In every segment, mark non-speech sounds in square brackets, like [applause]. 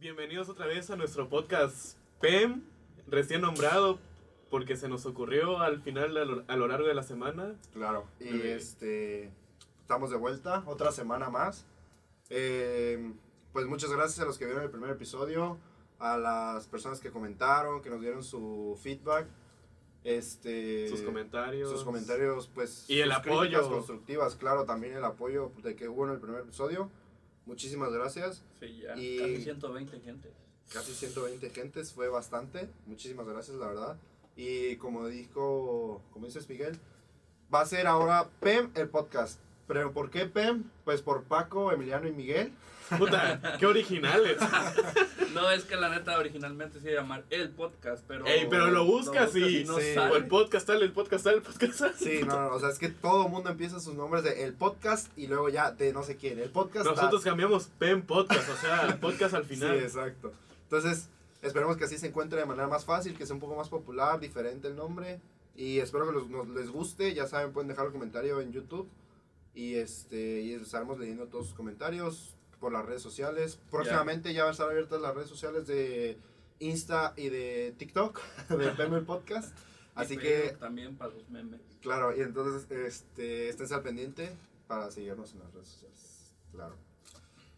bienvenidos otra vez a nuestro podcast PEM, recién nombrado porque se nos ocurrió al final, a lo, a lo largo de la semana. Claro. Y Eh, este, estamos de vuelta, otra semana más. Eh, pues muchas gracias a los que vieron el primer episodio, a las personas que comentaron, que nos dieron su feedback. Este, Sus comentarios. Sus comentarios, pues. Y el sus críticas apoyo. constructivas, claro, también el apoyo de que hubo en el primer episodio. Muchísimas gracias. Sí, ya. Y Casi 120 gente. casi 120 gentes, fue bastante. Muchísimas gracias, la verdad. Y como dijo, como dices Miguel, va a ser ahora PEM el podcast. ¿Pero por qué PEM? Pues por Paco, Emiliano y Miguel. [laughs] Puta, qué originales. No, es que la neta originalmente se iba a llamar el podcast, pero. Ey, pero lo buscas y- y no [laughs] sí. sale. O el podcast tal, el podcast tal, el podcast tal. Sí, no, no, o sea, es que todo el mundo empieza sus nombres de el podcast y luego ya de no sé quién. El podcast. tal. Nosotros cambiamos PEM podcast, o sea, podcast al Sí, final. exacto. Entonces, esperemos que así se encuentre de manera más fácil, que sea un poco más popular, diferente el nombre. Y espero que los- nos, les guste. Ya saben, pueden dejar un comentario en YouTube. Y, este, y estaremos leyendo todos sus comentarios por las redes sociales. Próximamente ya van a estar abiertas las redes sociales de Insta y de TikTok, [laughs] de Pemel Podcast. Y Así Facebook que, También para los memes. claro, y entonces este, esténse al pendiente para seguirnos en las redes sociales. Claro.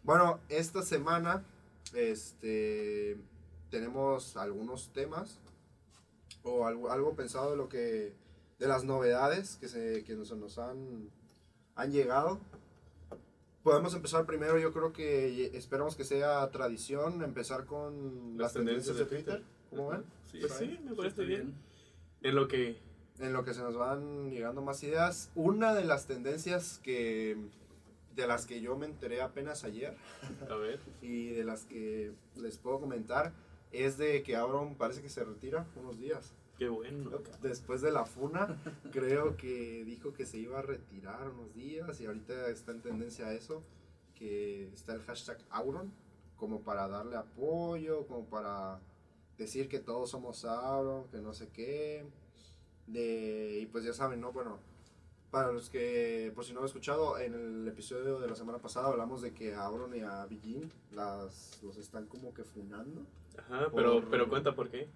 Bueno, esta semana este, tenemos algunos temas o algo, algo pensado de lo que de las novedades que, se, que nos, nos han, han llegado. Podemos empezar primero, yo creo que esperamos que sea tradición empezar con las, tendencias, de Twitter. ¿Cómo ven? Sí, Pues está sí, bien. me parece está bien. En lo que en lo que se nos van llegando más ideas. Una de las tendencias que de las que yo me enteré apenas ayer A ver. y de las que les puedo comentar es de que Auron parece que se retira unos días. Qué bueno. Después de la funa, creo que dijo que se iba a retirar unos días y ahorita está en tendencia a eso, que está el hashtag Auron como para darle apoyo, como para decir que todos somos Auron, que no sé qué. De, y pues ya saben, ¿no? Bueno, para los que, por si no lo han escuchado, en el episodio de la semana pasada hablamos de que a Auron y a Bijin las, los están como que funando. Ajá, pero, Por- pero cuenta por qué.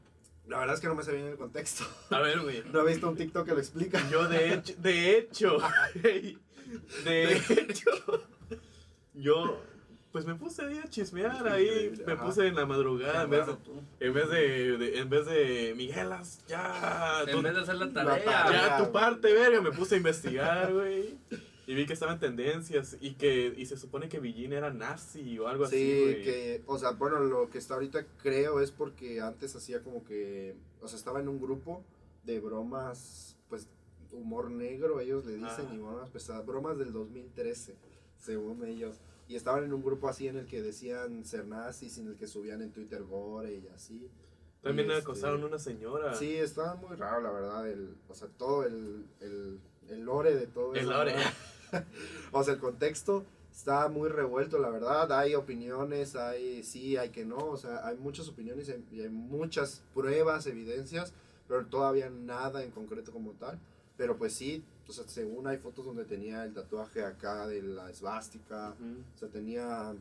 La verdad es que no me sé bien el contexto. [laughs] A ver, güey. No he visto un TikTok que lo explica. Yo de hecho, de hecho, güey, de hecho, yo pues me puse ahí a chismear ahí, me Ajá. puse en la madrugada en bien. vez Claro, de, Ah, tú. en vez de, de- en vez de Miguelas, ya, En tu, vez de hacer la tarea, tarea. ya tu güey. parte, verga, me puse a investigar, güey. Y vi que estaba en tendencias y que y se supone que Villín era nazi o algo así, Sí, güey. que, o sea, bueno, lo que está ahorita creo es porque antes hacía como que, o sea, estaba en un grupo de bromas, pues, humor negro, ellos le dicen, Ah. y bromas pesadas, bromas del 2013, según ellos. Y estaban en un grupo así en el que decían ser nazis, en el que subían en Twitter gore y así. También y este- acosaron a una señora. Sí, estaba muy raro, la verdad, el, o sea, todo el, el, el lore de todo El eso, lore. ¿no? [laughs] O sea, el contexto está muy revuelto, la verdad. Hay opiniones, hay sí, hay que no. O sea, hay muchas opiniones y hay muchas pruebas, evidencias, pero todavía nada en concreto como tal. Pero pues sí, o sea, según hay fotos donde tenía el tatuaje acá de la esvástica, Ujú. o sea, tenía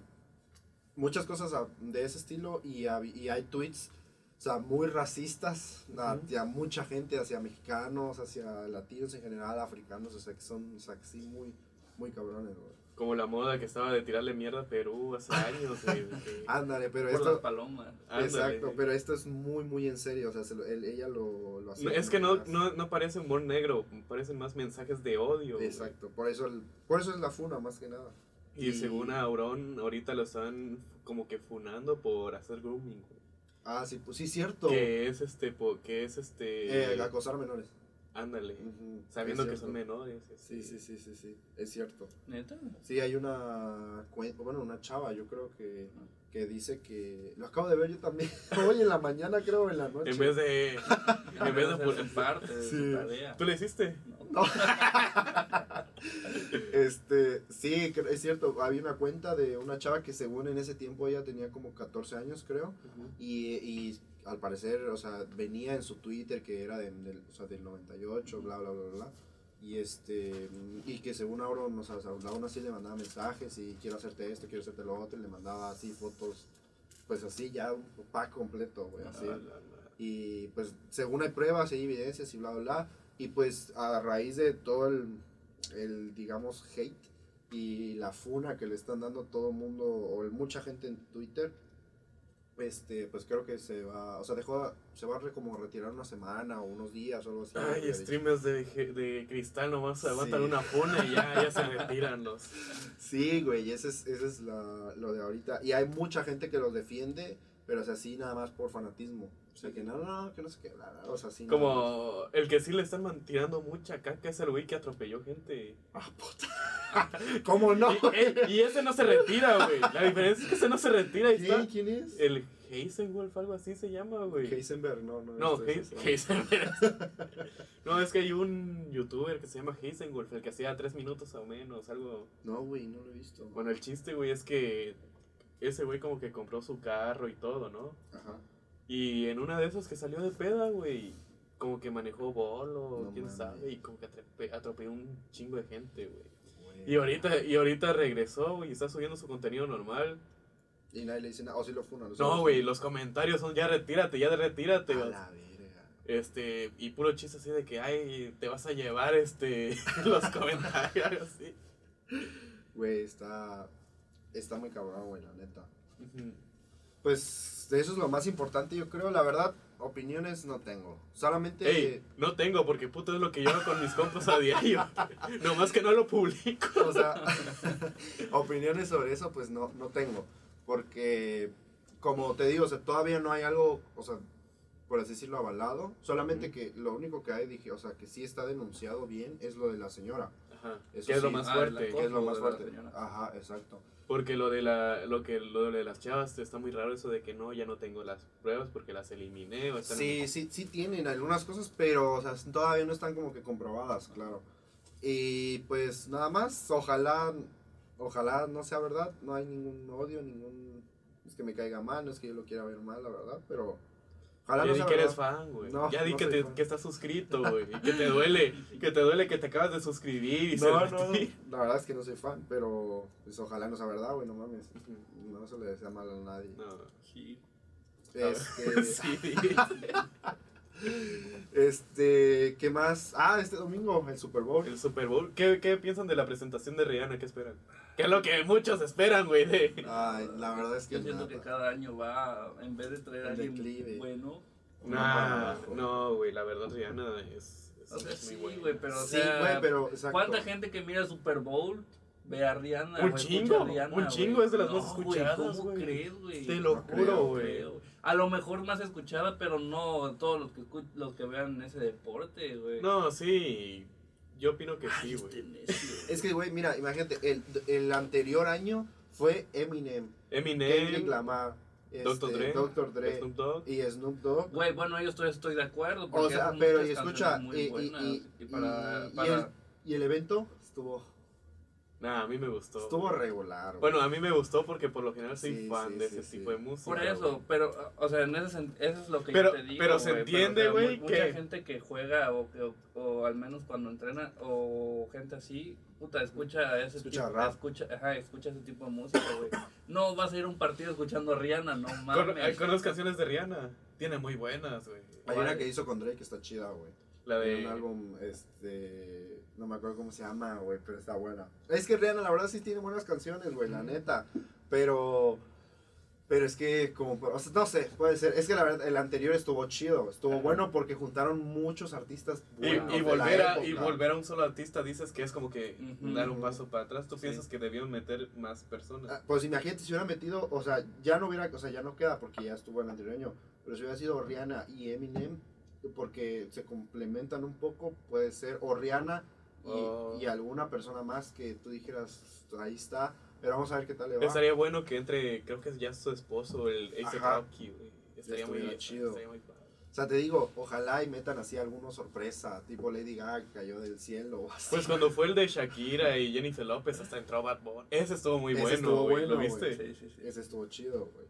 muchas cosas a- de ese estilo y, hab- y hay tweets, o sea, muy racistas Ujú. hacia mucha gente, hacia mexicanos, hacia latinos en general, africanos, o sea, que son, o sea, que sí, muy, muy cabrones, güey. Como la moda que estaba de tirarle mierda a Perú hace años, güey. de que- Ándale, pero Por las esto... palomas. ándale. Ah, Exacto, pero esto es muy, muy en serio, o sea, se lo- él- ella lo, lo No, hace. es que no, no, no parece humor negro, parecen más mensajes de odio. güey. Exacto, por eso, el- por eso es la funa, más que nada. Y, según Auron, ahorita lo están como que funando por hacer grooming. güey. Ah, sí, pues sí, cierto. Que es este, po- que es este... Eh, acosar menores. ándale. Ujú, Sabiendo es que cierto. son menores. este, Sí, sí, sí, sí, sí, es cierto. Neta. Sí, hay una cuen- bueno, una chava, yo creo que, que dice que lo acabo de ver yo también. [laughs] Hoy en la mañana, creo, en la noche. En vez [laughs] de... En vez de hacer por- su parte, de su Sí. tarea. ¿Tú le hiciste? No. Este, sí, cre- es cierto, había una cuenta de una chava que según en ese tiempo ella tenía como 14 años, creo, y, y al parecer, o sea, venía en su Twitter que era de- del, o sea, del 98, bla, bla, bla, bla. Y, este, y que según ahora, o sea, aún así le mandaba mensajes y quiero hacerte esto, quiero hacerte lo otro, y le mandaba así fotos pues así ya un pack completo, güey, así. La, la, la. Y pues según hay pruebas, hay evidencias y bla, bla, bla. Y pues a raíz de todo el, el, digamos, hate y la funa que le están dando todo el mundo o el- mucha gente en Twitter, este, pues creo que se va, o sea, dejó, se va a re- como retirar una semana o unos días o algo así. Ay, Había dicho. streamers de, ge- de cristal nomás Sí. aguantan una funa y ya, ya se retiran los. [laughs] Sí, güey, ese es, ese es la- lo de ahorita. Y hay mucha gente que los defiende, pero o sea, sí, nada más por fanatismo. O sea, que no, no, que no sé qué, bla, bla, o sea, sí. nada más. Como el que sí le están man- tirando mucha caca es el güey que atropelló gente. ¿Cómo [laughs] no? Y, eh, y ese no se retira, güey. La diferencia es que ese no se retira y está. ¿Quién, ¿Quién es? El Heisenwolf, algo así se llama, güey. Heisenberg, no, no. No, este es Heis- ese. Heisenberg. [laughs] No, es que hay un youtuber que se llama Heisenwolf, el que hacía tres minutos o menos, algo. No, güey, no lo he visto. Bueno, el chiste, güey, es que ese güey como que compró su carro y todo, ¿no? Ajá. Y en una de esas que salió de peda, güey, como que manejó bolo, No quién mames. sabe, y como que atrepe- atropelló un chingo de gente, güey. Y ahorita, y ahorita regresó, güey, y está subiendo su contenido normal. Y nadie le dice nada. O si lo funan. o sea, No, lo güey, funan. los comentarios son ya retírate, ya retírate. A güey. la verga. Este, y puro chiste así de que, ay, te vas a llevar, este, [laughs] [laughs] los comentarios, algo así. Güey, está. Está muy cabrón, güey, la neta. Ujú. Pues eso es lo más importante, yo creo. La verdad, opiniones no tengo. Solamente. Ey, no tengo, porque puto es lo que yo hago con mis compas a diario. [laughs] Nomás que no lo publico. [laughs] O sea, opiniones sobre eso, pues no, no tengo. Porque, como te digo, o sea, todavía no hay algo, o sea, por así decirlo, avalado. Solamente Ujú. que lo único que hay, dije, o sea, que sí está denunciado bien, es lo de la señora. Ajá, Eso que es lo sí. más Ah, fuerte. la Que es lo Ojo más de la fuerte. señora. Ajá, exacto. Porque lo de, la, lo que, lo de las chavas está muy raro eso de que no, ya no tengo las pruebas porque las eliminé o están Sí, sí, sí tienen algunas cosas, pero o sea, todavía no están como que comprobadas, claro. Y pues nada más, ojalá, ojalá no sea verdad, no hay ningún odio, ningún... Es que me caiga mal, no es que yo lo quiera ver mal, la verdad, pero... Ojalá Ya no di sea que eres verdad. fan, güey. No, ya di no que, soy te- fan. que estás suscrito, güey. y Que te duele, que te duele que te acabas de suscribir y se No, [laughs] no, retira. la verdad es que no soy fan, pero pues ojalá no sea verdad, güey, no mames. No se le desea mal a nadie. No. Sí. Este, [laughs] [laughs] Sí, este, ¿qué más? Ah, este domingo, el Super Bowl. el Super Bowl. ¿Qué, ¿Qué piensan de la presentación de Rihanna? ¿Qué esperan? Que es lo que muchos esperan, güey. de- Ay, la verdad es que Yo siento nada. que cada año va, en vez de traer a En alguien declive. bueno, [laughs] Nah, No, no, güey. La verdad, Rihanna es. es o sea, es muy sí, buena. güey, pero o Sí, sea, güey, pero exacto. ¿cuánta gente que mira Super Bowl ve a Rihanna? Un o escucha chingo, a Rihanna, un güey? chingo, es de las No, más güey, escuchadas, ¿Cómo güey. crees, güey? Te lo No juro, creo, güey. creo. A lo mejor más escuchada, pero no todos los que escu- los que vean ese deporte, güey. No, sí. Yo opino que Ay, sí, este güey. necio. Es que, güey, mira, imagínate, el, el anterior año fue Eminem, Kendrick Eminem, Lamar, este, Dr. Dre, Dr. Dre Snoop Dogg. y Snoop Dogg. Güey, bueno, yo estoy, estoy de acuerdo. porque sea, hacen pero, muchas y escucha, canciones muy y- y- buenas, y- y para, y- y para- el- Y el evento estuvo, Nah, a mí me gustó. estuvo regular. güey. Bueno, a mí me gustó porque por lo general soy Sí, fan sí, de sí, ese sí. tipo de música. Por güey. eso, pero, o sea, en ese sen- eso es lo que Pero- yo te digo. pero se güey, entiende, o sea, güey, mu- Mucha que- gente que juega o, que- o, al menos cuando entrena o gente así, puta, escucha ese Escucha tipo, rap. Escucha, ajá, escucha ese tipo de música, güey. No vas a ir a un partido escuchando a Rihanna, no Con, eh, mames. con las canciones de Rihanna. Tiene muy buenas, güey. Hay una vale. que hizo con Drake que está chida, güey. La Un de. álbum, este, no me acuerdo cómo se llama, güey, pero está buena. Es que Rihanna, la verdad, sí tiene buenas canciones, güey, la neta. Pero, pero es que, como, o sea, no sé, puede ser. Es que la verdad, el anterior estuvo chido, estuvo Ajá. bueno porque juntaron muchos artistas Y, buenos. y de la volver a, y época. volver a un solo artista dices que es como que Ujú. dar un paso para atrás. Tú Sí. piensas que debieron meter más Ah, personas. Pues imagínate, si hubiera metido, o sea, ya no hubiera, o sea, ya no queda porque ya estuvo el anterior año. Pero si hubiera sido Rihanna y Eminem, porque se complementan un poco, puede ser, o Rihanna y, Oh. y alguna persona más que tú dijeras, ahí está, pero vamos a ver qué tal le va. Estaría bueno que entre, creo que ya su esposo, el Ace Ajá. Rocky, güey. Estaría muy Estuviera chido. Estaría muy padre. O sea, te digo, ojalá y metan así alguna sorpresa, tipo Lady Gaga que cayó del cielo o así. Pues cuando fue el de Shakira y Jennifer López, hasta entró Bad Bunny. Ese estuvo muy Ese bueno, estuvo güey. ¿Lo bueno, viste? güey. Sí, sí, sí. Ese estuvo chido, güey.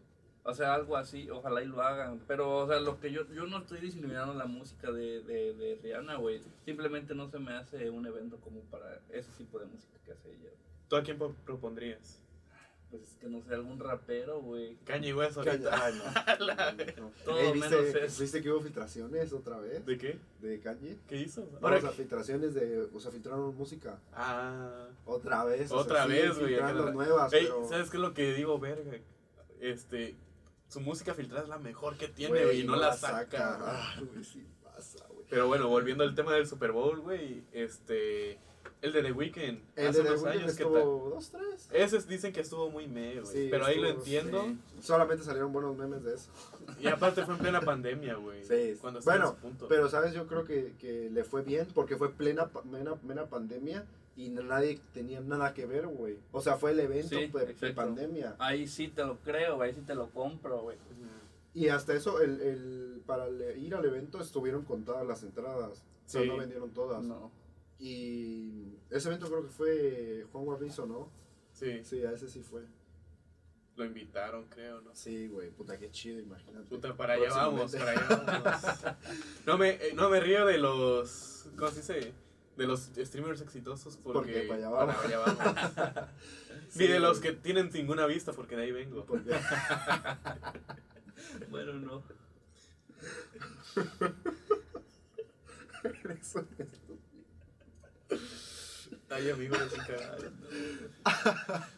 O sea, algo así, ojalá y lo hagan. Pero, o sea, lo que yo, yo no estoy discriminando la música de, de, de Rihanna, güey. Simplemente no se me hace un evento como para ese tipo de música que hace ella. ¿Tú a quién po- propondrías? pues que no sea algún rapero, güey. Caña y hueso Calla- ahorita. Ay, no. La- [laughs] No. todo Ey, menos ¿viste, eso. ¿Viste que hubo filtraciones otra vez ¿De qué? de Kanye? ¿Qué hizo? No, Ahora- o sea, filtraciones de. O sea, filtraron música. Ah. Otra vez. o sea, Otra siguen vez, güey. Filtrando acá- nuevas, Ey, pero. ¿Sabes qué es lo que digo, verga? Este, su música filtrada es la mejor que tiene, güey, güey, y no, la saca. Ah, güey, sí pasa, güey. Pero bueno, volviendo al tema del Super Bowl, güey, este, el de The Weeknd, El hace de unos The Weeknd años, ¿qué tal? estuvo dos, tres. Ese es- dicen que estuvo muy meh, güey, Sí, pero ahí lo estuvo- entiendo. sí. Solamente salieron buenos memes de eso. Y aparte fue en plena pandemia, güey. Sí, Cuando estaba en bueno, su punto. pero sabes, yo creo que, que le fue bien porque fue plena, pa- plena, plena pandemia y nadie tenía nada que ver, güey. O sea, fue el evento Sí, de, de exacto. pandemia. Ahí sí te lo creo, güey, ahí sí te lo compro, güey. Y hasta eso, el, el, para le- ir al evento estuvieron contadas las entradas. Sí. Pero no vendieron todas. No. Y ese evento creo que fue Juan Guarnizo, ¿no? Sí, Sí, a ese sí fue. lo invitaron, creo, no sé. Sí, güey, puta, qué chido, imagínate. Puta, para allá vamos, Próximamente. para allá vamos. No me, eh, no me río de los, ¿cómo se dice? De los streamers exitosos porque, Porque para allá vamos. para allá [laughs] vamos. Ni Sí, de los que güey. tienen ninguna vista porque de ahí vengo. Porque- Bueno, no. [laughs] Eres un Ay, amigo, la chica.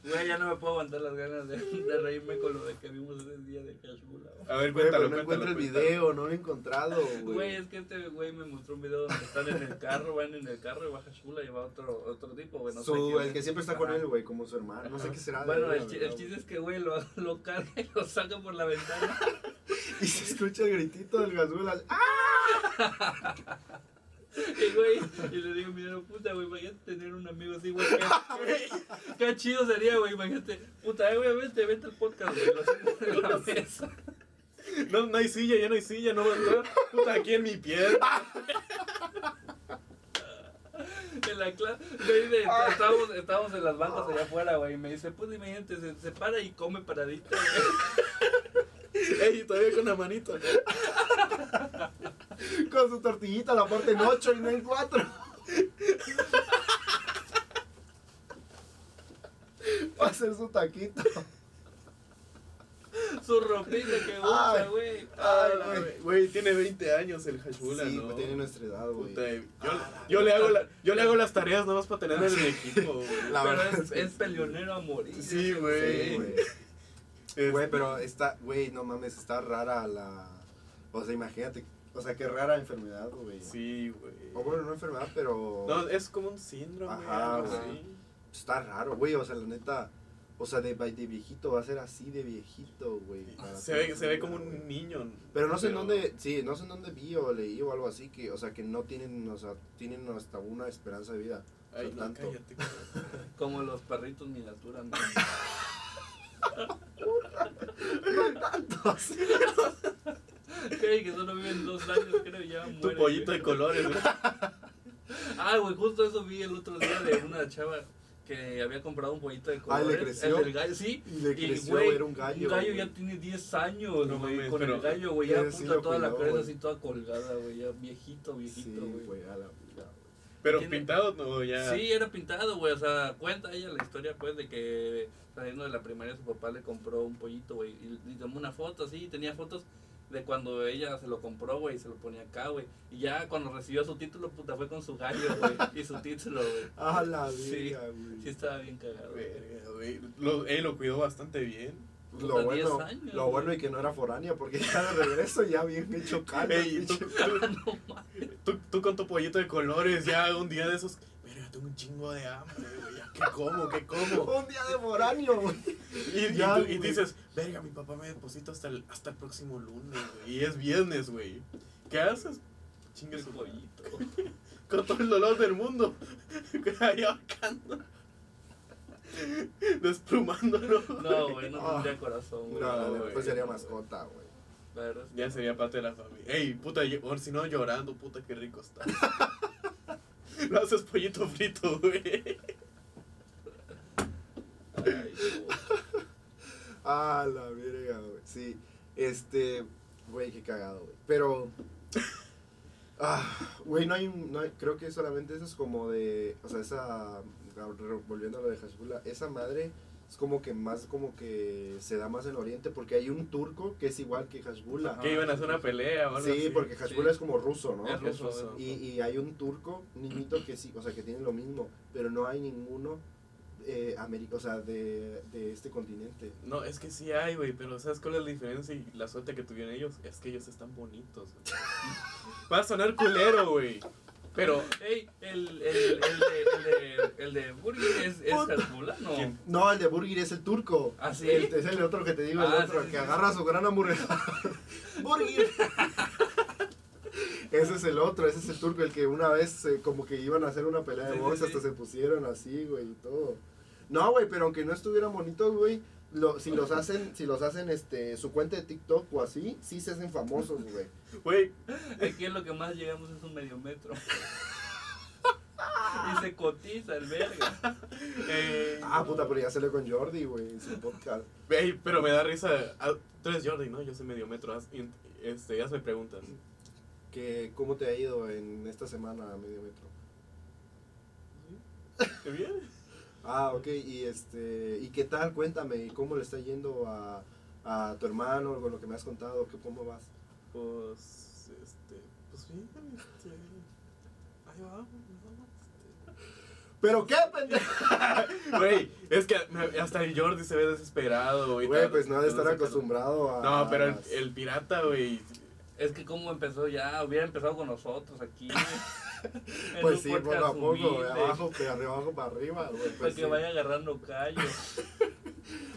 Güey, ya no me puedo aguantar las ganas de, de reírme con lo de que vimos ese día de Cashmula. A ver, cuéntalo, Güey, pero no cuéntalo. encuentro el cuéntalo. video, no lo he encontrado, Güey, güey. es que este güey me mostró un video donde están en el carro, van en el carro y baja Shula y va otro, otro tipo, pues, güey. No sé Su- quién el es. que siempre está con Ajá. él, Ah, güey, como su hermano. No sé Ajá. qué será. de Bueno, él, el, la chi- verdad, el chiste es que, güey, lo, lo carga y lo saca por la ventana. güey. [laughs] Y se escucha el gritito del gasol. al- ¡Ah! Y, [laughs] güey, y le digo, mira, puta, güey, imagínate tener un amigo así, güey. Qué, güey, qué chido sería, güey, imagínate. Puta, eh, güey, vente, vente al podcast, güey. Lo hacemos [laughs] en la mesa. No, no hay silla, ya no hay silla, no va a entrar. Puta, aquí en mi pierna. En la clase, güey, de- estábamos, estábamos en las bancas allá afuera, güey, y me dice, puta, imagínate, se, se para y come paradita, güey. Ey, todavía con la manito. Con su tortillita, la parte en 8 y no en 4. [laughs] Va a hacer su taquito. Su ropita que usa, Ay, güey. Ay, Ay, güey. güey. Güey, tiene 20 años el Hashbula, Sí, ¿no? güey, tiene nuestra edad, güey. Ah, Puta, yo, yo le hago la- yo le hago las tareas nomás para tenerlo en el equipo, güey. La pero verdad es, es que es peleonero a morir. Sí, Sí, güey. [laughs] güey. Este, Güey, pero está, güey, no mames, está rara la. O sea, imagínate. O sea, qué rara enfermedad, güey. Sí, güey. O bueno, no enfermedad, pero. No, es como un síndrome, Ajá, algo güey. así. Está raro, güey. O sea, la neta. O sea, de, de viejito va a ser así de viejito, güey. para Se ve, toda se la ve vida, como güey. un niño. Pero no sé en dónde. Sí, no sé en dónde vi o leí o algo así. que O sea, que no tienen. O sea, tienen hasta una esperanza de vida. O Ay, sea, no, tanto. cállate. [laughs] güey. Como los perritos [laughs] miniaturas, ¿no? Entonces, Creo que solo viven dos años, creo, y ya Tu mueren, pollito güey. de colores, [laughs] güey. Ah, güey, justo eso vi el otro día de una chava que había comprado un pollito de colores. Ah, creció. El del gallo, sí. y le Y, creció, güey, era un gallo. Un gallo ya güey. tiene 10 años, No güey, mames, con el pero- gallo, güey, ya Pero sí puta lo toda la cuidó, cabeza güey. así toda colgada, güey, ya viejito, viejito, Sí, güey. güey, a la vida, güey. Pero Tiene- pintado, no, ya. Sí, era pintado, güey. O sea, cuenta ella la historia, pues, de que saliendo de la primaria su papá le compró un pollito, güey. Y, y tomó una foto, así, y tenía fotos de cuando ella se lo compró, güey, y se lo ponía acá, güey. Y ya cuando recibió su título, puta, fue con su gallo, [laughs] güey. y su título, güey. A la Sí, vida, Sí güey. estaba bien cagado, güey. Verga, güey. Lo, eh, lo cuidó bastante bien. Lo Puta, 10 bueno, años, lo bueno güey. y que no era foránea, porque ya de regreso ya bien hecho caldo. Ey, tú, [laughs] pinche- tú, [laughs] No mames. tú- tú con tu pollito de colores, ya un día de esos. Verga, tengo un chingo de hambre, güey. ya, ¿Qué como? ¿Qué como? Un día de foráneo, güey. Y, y Ya, tú- y güey. dices, verga, mi papá me deposita hasta el, hasta el próximo lunes, güey. Y es viernes, güey. ¿Qué haces? Chingue El su pollito. [laughs] Con todo el dolor del mundo. [laughs] Ahí ahorcando. [laughs] Desplumándolo. No, güey, no Ah. tendría corazón, No, güey. la güey. neta, pues sería mascota, güey. La verdad es que- Ya sería parte de la familia. Ey, puta, yo- o si no llorando, puta, qué rico está. [laughs] Lo haces pollito frito, güey. Ay, no. Ah, la verga, güey. Sí, este, güey, qué cagado, güey. Pero, [laughs] ah, güey, no hay, un- no hay- creo que solamente eso es como de, o sea, esa, volviendo a lo de Hashbula, esa madre Es como que más, como que se da más en Oriente, porque hay un turco que es igual que Hashbula. Ajá. Que iban a hacer una pelea o algo Sí, así. porque Hashbula Sí. es como ruso, ¿no? Es ruso, Eso, es Y, y hay un turco, un niñito que sí, o sea, que tiene lo mismo, pero no hay ninguno, eh, ameri- o sea, de, de este continente. No, es que sí hay, güey, pero ¿sabes cuál es la diferencia y la suerte que tuvieron ellos? Es que ellos están bonitos. [laughs] güey. Va a sonar culero, güey. Pero, hey, el, el, el, de, el, de, el de Burger es, es Puta. Hezbollah, ¿no? ¿Quién? No, el de Burger es el turco. ¿Ah, sí? El- es el otro que te digo, el Ah, otro, sí, sí, que sí. agarra su gran hamburguesa. [laughs] [laughs] ¡Burger! ese es el otro, ese es el turco, el que una vez eh, como que iban a hacer una pelea de Sí, sí, box, sí. hasta se pusieron así, güey, y todo. No, güey, pero aunque no estuvieran bonitos, güey, lo- si los hacen, si los hacen, este, su cuenta de TikTok o así, sí se hacen famosos, güey. Güey, Aquí lo que más llegamos es un medio metro. y se cotiza el verga. eh, Ah, puta, pero ya salió con Jordi, güey, en su podcast. Ey, pero me da risa. Ah, Tú eres Jordi, ¿no? Yo soy medio metro. haz- in- este, hazme preguntas. Que, ¿Cómo te ha ido en esta semana a medio metro? ¿Qué bien? Ah, ok, y este, ¿y qué tal? Cuéntame, ¿y ¿cómo le está yendo a, a tu hermano con lo que me has contado? ¿Qué, ¿Cómo vas? Pues, este, pues bien, este. Ahí va, ¿no? ¿Pero qué, pendejo? Este, Güey, es que me- hasta el Jordi se ve desesperado, güey. Güey, tal- pues no ha de estar sé, acostumbrado a... No, pero el, las- el pirata, güey. Es que como empezó ya, hubiera empezado con [laughs] nosotros aquí. En Pues un sí, poco a podcast poco, güey, humilde, Pues abajo, para arriba, abajo, para arriba, güey, Para pues que sí. vaya agarrando callo.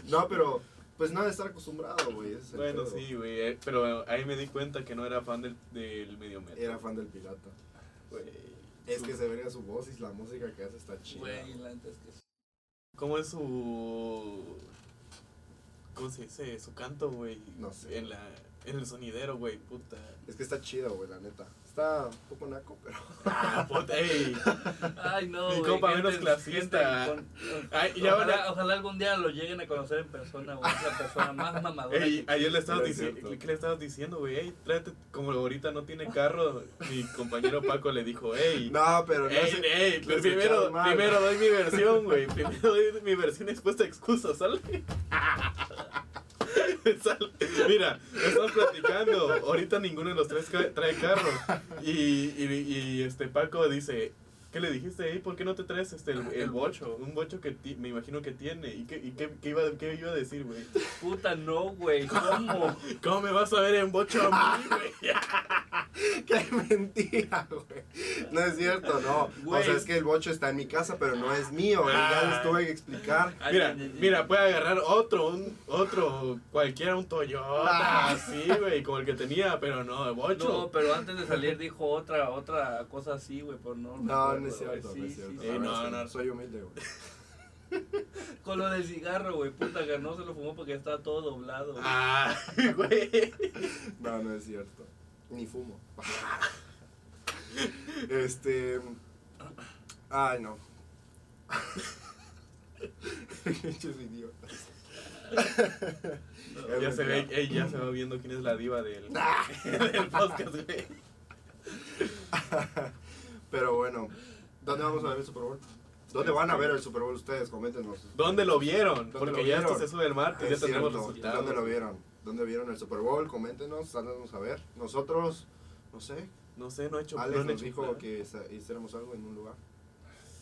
No, pero, pues no ha de estar acostumbrado, güey, ese es el Bueno, pedo. sí, güey. eh, Pero ahí me di cuenta que no era fan del, del medio metro. Era fan del pirata. Güey, Es su- que se verga su voz y la música que hace está chida. Güey, güey. la neta es que sí. ¿Cómo es su. ¿Cómo se dice? Su canto, güey. No sé. En, la, en el sonidero, güey, puta. Es que está chido, güey, la neta. Está un poco naco, pero... Ah, puta, [laughs] ey. Ay, no. Mi güey, compa gente- menos clasista. gente con- Ay, ya van ojalá, a- ojalá algún día lo lleguen a conocer en persona, güey. Es la persona más mamadora. Ey, que- ayer le estabas Era diciendo, cierto. ¿qué le estabas diciendo, güey? Ey, tráete, como ahorita no tiene carro, mi compañero Paco le dijo, ey, [laughs] No, pero no ey, sé- ey, lo pero escucharon primero, mal. primero doy mi versión, güey, primero doy mi versión expuesta a excusas, ¿sale? [laughs] Sale. Mira, estamos platicando, ahorita ninguno de los tres ca- trae carro, y, y, y, este Paco dice... ¿Qué le dijiste ahí? ¿Por qué no te traes este, el, el bocho? Un bocho que ti- me imagino que tiene. ¿Y qué, y qué, qué iba, qué iba a decir, güey? Puta, no, güey. ¿Cómo? ¿Cómo me vas a ver en bocho a mí, güey? [laughs] ¡Qué mentira, güey! No es cierto, no. Güey. O sea, es que el bocho está en mi casa, pero no es mío. y Ya les tuve que explicar. Ay, Mira, ay, ay, mira, puede agarrar otro, un, otro, cualquiera, un Toyota, [laughs] Ah. así, güey, como el que tenía, pero no, de No, bocho. pero antes de salir dijo otra otra cosa así, güey, pero no. No, recuerdo, no es güey. cierto, Sí, no es sí, cierto. sí. Eh, La verdad no, es que no. Soy humilde, güey. Con lo del cigarro, güey, puta, que no se lo fumó porque estaba todo doblado. güey. Ah, [laughs] güey. No, no es cierto. Ni fumo. [laughs] Este. Ay, no. [laughs] Pinches idiotas. No, Es Ya se ve, mentira. ey, ya se va viendo quién es la diva [laughs] del, Ah. del podcast, güey. [laughs] Pero bueno, ¿dónde vamos a ver el Super Bowl? ¿Dónde van a ver el Super Bowl ustedes? Coméntenos. ¿Dónde lo vieron? ¿Dónde Porque lo ya vieron? esto se sube el martes, Es ya tenemos cierto, resultados. ¿Dónde lo vieron? ¿Dónde vieron el Super Bowl? Coméntenos, háganos saber. Nosotros, no sé, No sé, no he hecho no Alex han nos hecho dijo plan. que sa- hiciéramos algo en un lugar.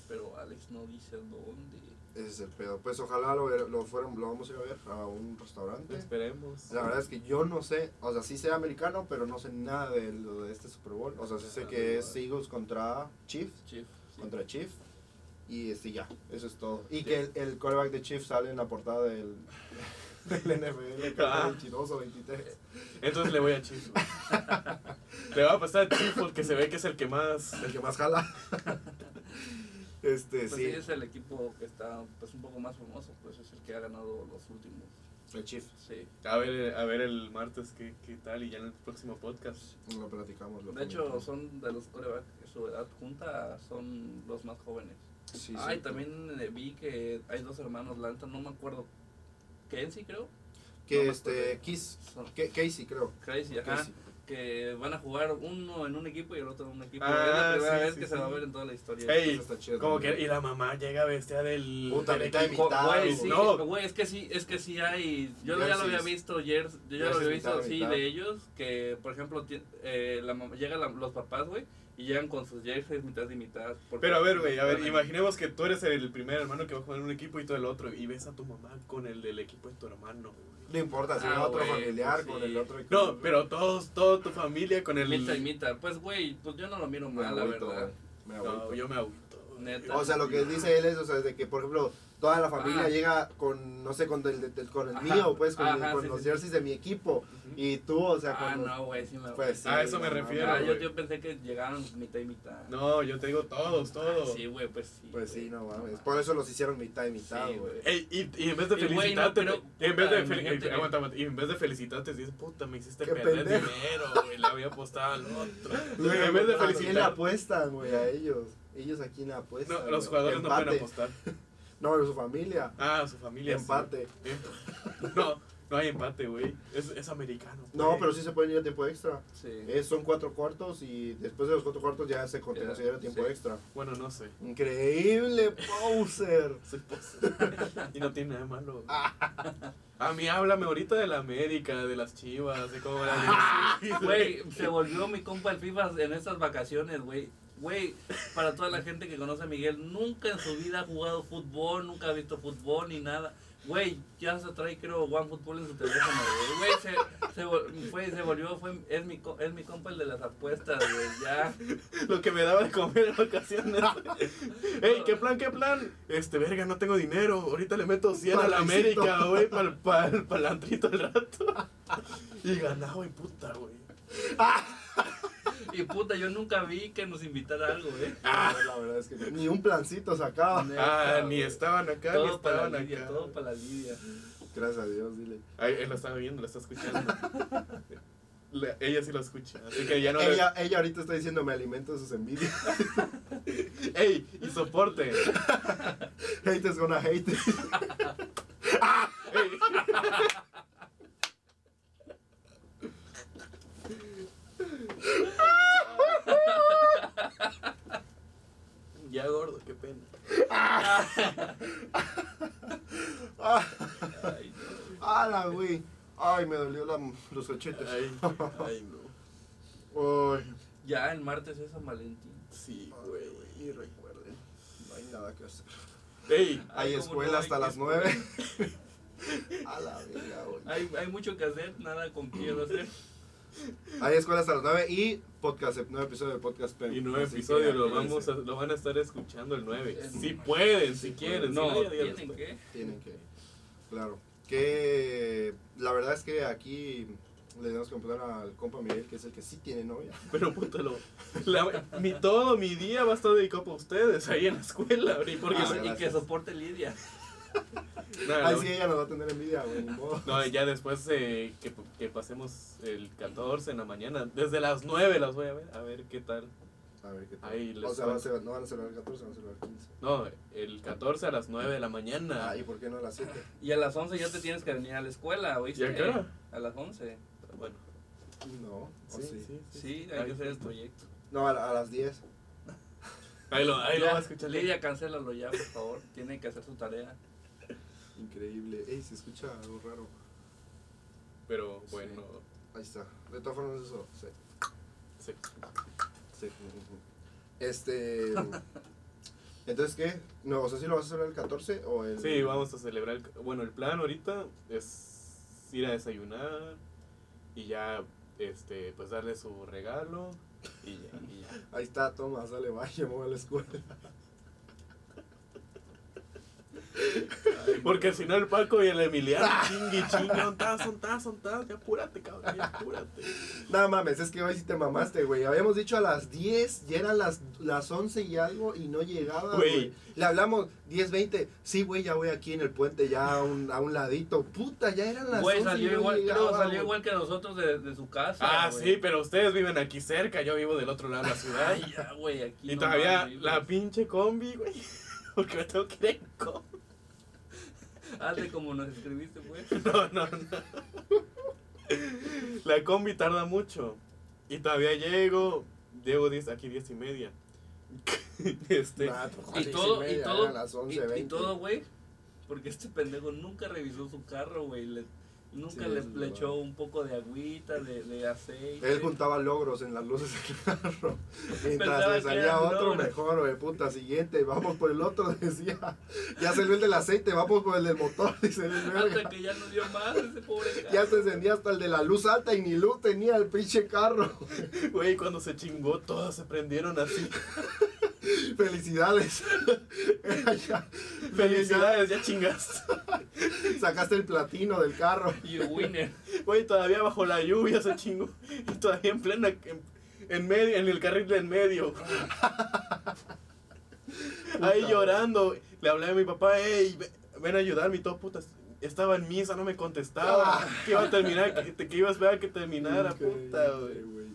Pero Alex no dice dónde. Ese es el pedo. Pues ojalá lo, ver- lo, fueron, lo vamos a ir a ver a un restaurante. Esperemos. La verdad es que yo no sé, o sea, sí sé americano, pero no sé nada de lo de este Super Bowl. O sea, sí sé que es Eagles contra Chiefs, Chief. sí. contra Chiefs. Y este, ya, eso es todo. Y que el, el quarterback de Chiefs sale en la portada del, [laughs] del NFL, que Ah. es el chidoso 23. Entonces le voy a [laughs] Chief, güey. Le va a pasar a Chief porque se ve que es el que más... El que más jala. [laughs] este, Pues sí. sí, es el equipo que está pues un poco más famoso, pues es el que ha ganado los últimos. El Chief. Sí. A ver, a ver el martes qué, qué tal y ya en el próximo podcast. Lo platicamos. Lo De hecho, comentamos. son de los coreback que su edad junta, son los más jóvenes. Sí, Ay, sí. también eh, vi que hay dos hermanos Lanta, no me acuerdo. Kenzie, creo. Que no me este, acuerdo. Kiss. Son que- Casey, creo. Crazy, ajá. Casey. que van a jugar uno en un equipo y el otro en un equipo. Ah, es la primera sí, vez sí, que sí. se va a ver en toda la historia. Ey, Eso está chido Como que, también. y la mamá llega bestia del. Puta, del mitad y equipo. mitad, Güey, Güey, Ay, sí, no. güey, es que sí, es que sí hay. Yo lo- ya lo Jerseys. había visto, ayer yo ya lo Jerseys había visto mitad, así mitad. de ellos, que por ejemplo ti- eh, la mam- llegan la- los papás, güey, y llegan con sus jerseys mitad y mitad. porque- Pero a ver, güey, a ver, Bueno, imaginemos que tú eres el primer hermano que va a jugar en un equipo y tú el otro, y ves a tu mamá con el del equipo de tu hermano. güey. No importa, si Ah, era otro güey, familiar, pues con sí. el otro. No, pero todos, toda tu familia con el. Mitad y mitad. Pues, güey, pues yo no lo miro Me mal, la agüito, verdad. güey, me No, agüito. yo me agüito. güey. Neta. O sea, lo que dice él es, o sea, de que, por ejemplo, toda la familia Ah. llega con, no sé, con el, de- del- con el Ajá. mío, pues, con, Ajá, con sí, los sí, jerseys de mi equipo. Y tú, o sea, Ah, con los- no, güey, sí me pues, A eso me no, refiero, Ah, no, yo, güey. yo pensé que llegaron mitad y mitad. Ah, No, yo te digo todos, todos. Sí, güey, pues sí. Pues sí, güey. no mames. mames. Por eso los hicieron mitad y mitad, Sí, güey. güey. Ey, y, y en vez de Y, güey, no felicitarte, creo- y en vez de puta, fel- imagínate. eh, aguanta, aguanta, y en vez de felicitarte, dices, puta, me hiciste Qué perder pendejo. dinero, güey, la había apostado al otro. en vez de ¿A quién [laughs] le felicitar, apuestan, güey? A ellos. Ellos a quién le apuestan. no, los güey? jugadores no pueden Empate. apostar. No, su familia. Ah, su familia. sí. Empate. Em- [laughs] No, no hay empate, güey. Es, es americano. No, güey. pero sí se pueden ir a tiempo extra. Sí. Eh, son cuatro cuartos y después de los cuatro cuartos ya se Ya, considera tiempo sí. extra. Bueno, no sé. Increíble, Bowser. Soy poser. [laughs] y no tiene nada de [laughs] malo. güey. Ah. A mí háblame ahorita de la América, de las chivas, de cómo la Ah. Güey, se volvió mi compa el FIFA en estas vacaciones, güey. Güey, para toda la gente que conoce a Miguel, nunca en su vida ha jugado fútbol, nunca ha visto fútbol ni nada. Güey, ya se trae, creo, One Fútbol en su teléfono, güey. Güey, se, se, vol- fue- se volvió, fue, es, mi, co- es mi compa el de las apuestas, güey, ya. Lo que me daba de comer en [laughs] ocasiones. Ey, ¿qué plan, qué plan? Este, verga, no tengo dinero. Ahorita le meto 100 a la Palecito. América, güey, para el palantrito al rato. [laughs] Y ganaba, güey, puta, güey. Y puta, yo nunca vi que nos invitara algo, eh. güey. No, la verdad es que no. ni un plancito sacaba. Ah, Neta, ni güey. estaban acá, ni Todo para estaban la Lidia, acá. todo para la [laughs] Lidia. [laughs] Gracias a Dios, dile. Ay, él lo estaba viendo, lo está [laughs] escuchando. La- ella sí lo escucha. Así que ya no le- Ah, Ella, ella ahorita está diciendo me alimento de sus envidias. [laughs] ¡Ey! Y soporte. Hate is gonna hate. Ey. Ya gordo, qué pena. [laughs] Ah, Ay, no. ala, güey. Ay, me dolió la, los cachetes. Ay, ay no. Ay, Ya el martes es San Valentín. Sí, güey. güey, recuerden. No hay nada que hacer. Ey, Hay Ay, cómo escuela no, hay hasta las escuela. nueve. [laughs] A la verga, güey. Hay, hay mucho que hacer, nada con quiero [laughs] hacer. Hay escuela hasta las 9 y podcast, nuevo episodio de podcast Pen. y nueve Así que episodios lo acuérdense, vamos a, lo van a estar escuchando el 9. Sí. Si pueden, si quieren, si No, "Pues, no, ya díganlo tienen después. que. Tienen que. Claro. Que la verdad es que aquí le tenemos que comprar al compa Miguel, que es el que sí tiene [laughs] novia. Pero puta, lo- la- mi, todo mi día va a estar dedicado para ustedes ahí en la escuela. güey, Porque Ah, se- y gracias. que soporte Lidia. Nada, Ay, no, sí, ella nos va a tener envidia, güey. ni [laughs] modo. No, ya después eh, que, que pasemos el 14 en la mañana, desde las 9 las voy a ver, a ver qué tal. A ver qué tal. Ahí les o sea, va a cuento. ser- no van a celebrar el 14, van a celebrar el 15. No, el 14 a las 9 de la mañana. Ah, ¿y por qué no a las 7? Y a las 11 ya te tienes que venir a la escuela, ¿oíste? ¿Y a qué hora? A las 11. Bueno, No, Oh, ¿o sí, Sí, hay Ahí que hacer el está. proyecto. No, a, la- a las 10. Ahí lo, ahí lo Ya, va a escuchar. Lidia, cancélalo ya, por favor. Tiene que hacer su tarea. Increíble. Ey, se escucha algo raro. Pero bueno, Ahí está. De todas formas, eso. Sí. sí. Sí. [laughs] Este. Entonces, ¿qué? No, o sea, si lo vas a celebrar el 14 o el. Sí, vamos a celebrar. el- Bueno, el plan ahorita es ir a desayunar y ya, este, pues darle su regalo y ya. y ya. Ahí está, toma, sale, [laughs] vaya, me voy a la escuela. Porque si no el Paco y el Emiliano, chingui, chingue, son tas, son tas, son tas, ya apúrate, cabrón, ya apúrate. No mames, es que hoy sí te mamaste, güey. Habíamos dicho a las 10, ya eran las, las 11 y algo y no llegaba, Güey. güey. Le hablamos 10, 20. Sí, güey, ya voy aquí en el puente, ya a un, a un ladito. Puta, ya eran las Güey, 11 y salió no igual, llegaba, creo, salió güey. igual que nosotros de, de su casa. Ah, güey. sí, pero ustedes viven aquí cerca, yo vivo del otro lado de la ciudad. Ay, ya, güey, aquí. [laughs] y no todavía mames, la güey. pinche combi, güey. [laughs] Porque me tengo que ir en combi. Hazle como [laughs] nos escribiste, pues. No, no, no. La combi tarda mucho. Y todavía llego, llego 10, aquí 10 y media. [laughs] este, Nah, pues, Y seis todo, y media, todo, eran las y- 11:20. y, todo, güey, porque este pendejo nunca revisó su carro, güey. le- Nunca Sí, le, es le verdad. echó un poco de agüita, de, de aceite. Él juntaba logros en las luces del [laughs] carro. Mientras Pensaba le que salía eran otro logros. mejor, güey, puta, siguiente, vamos por el otro, [laughs] decía. Ya salió el del aceite, vamos por el del motor, [laughs] dice el Hasta verga. que ya no dio más ese pobre carro. [laughs] Ya se encendía hasta el de la luz alta y ni luz tenía el pinche carro. [laughs] güey, cuando se chingó, todas se prendieron [laughs] así. Felicidades. Era ya. Felicidades, ya chingaste. Sacaste el platino del carro. [laughs] Y winner. Güey, todavía bajo la lluvia se chingó. Y todavía en plena. En, en medio, en el carril de en medio. Ahí Puta. llorando. Le hablé a mi papá, hey, ve- ven a ayudarme y todo, puta. Estaba en misa, no me contestaba. Ah. Que iba a terminar, que, te- que iba a esperar que terminara, Increíble, puta, güey. güey.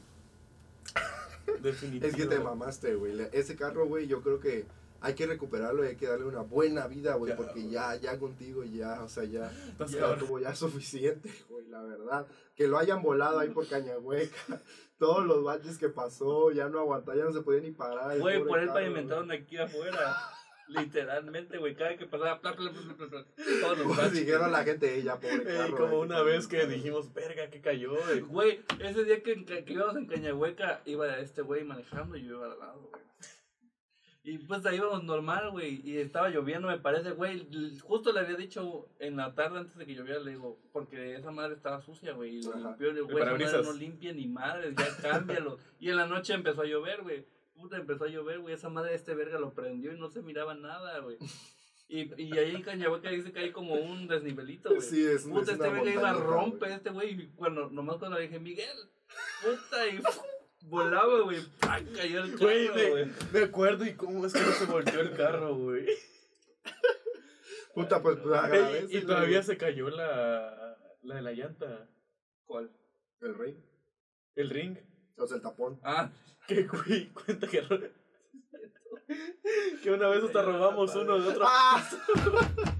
Definitivo. Es que te mamaste, güey. Le- Ese carro, güey, yo creo que hay que recuperarlo y hay que darle una buena vida, güey. Ya, Porque güey. ya, ya contigo, ya, o sea, ya. Estás Ya cabrón. tuvo ya suficiente, [laughs] güey, la verdad. Que lo hayan volado ahí por Cañahueca. [laughs] Todos los baches que pasó, ya no aguantaba, ya no se podía ni parar. el Güey, pobre por él carro, pavimentaron aquí afuera. Literalmente, güey. Cada que pasaba, pla, pla, pla, pla, pla, todos los güey. Pues [laughs] baches. dijeron la gente, ella, pobre Ey, carro. como güey. una vez que dijimos, verga, que cayó, güey. Güey, ese día que, que- que íbamos en Cañahueca, iba este güey manejando y yo iba al lado, güey. Y pues ahí íbamos normal, güey. Y estaba lloviendo, me parece, güey. l- Justo le había dicho en la tarde antes de que lloviera, le digo, porque esa madre estaba sucia, güey. Y lo Ajá. limpió, le digo, El güey, esa madre parabrisas. no limpia ni madre, ya cámbialo. y en la noche empezó a llover, güey. Puta, empezó a llover, güey. Esa madre de este verga lo prendió y no se miraba nada, güey. Y, y ahí en Cañahueca dice que hay como un desnivelito, güey. Sí, es, Puta, es una este güey le iba a montañita, güey. romper este güey. Y cuando, nomás cuando le dije, Miguel, puta, y volaba, güey. ¡pac! Cayó el Güey, carro, me- güey. Me acuerdo y cómo es que no se volteó el carro, güey. Puta, pues, pues Ey, agradece. y todavía se cayó la, la de la llanta. ¿Cuál? El rey, El ring. o sea, el tapón. Ah, Que, güey, cuenta que... ro- [laughs] que una vez hasta robamos uno de otro. ¡Ah!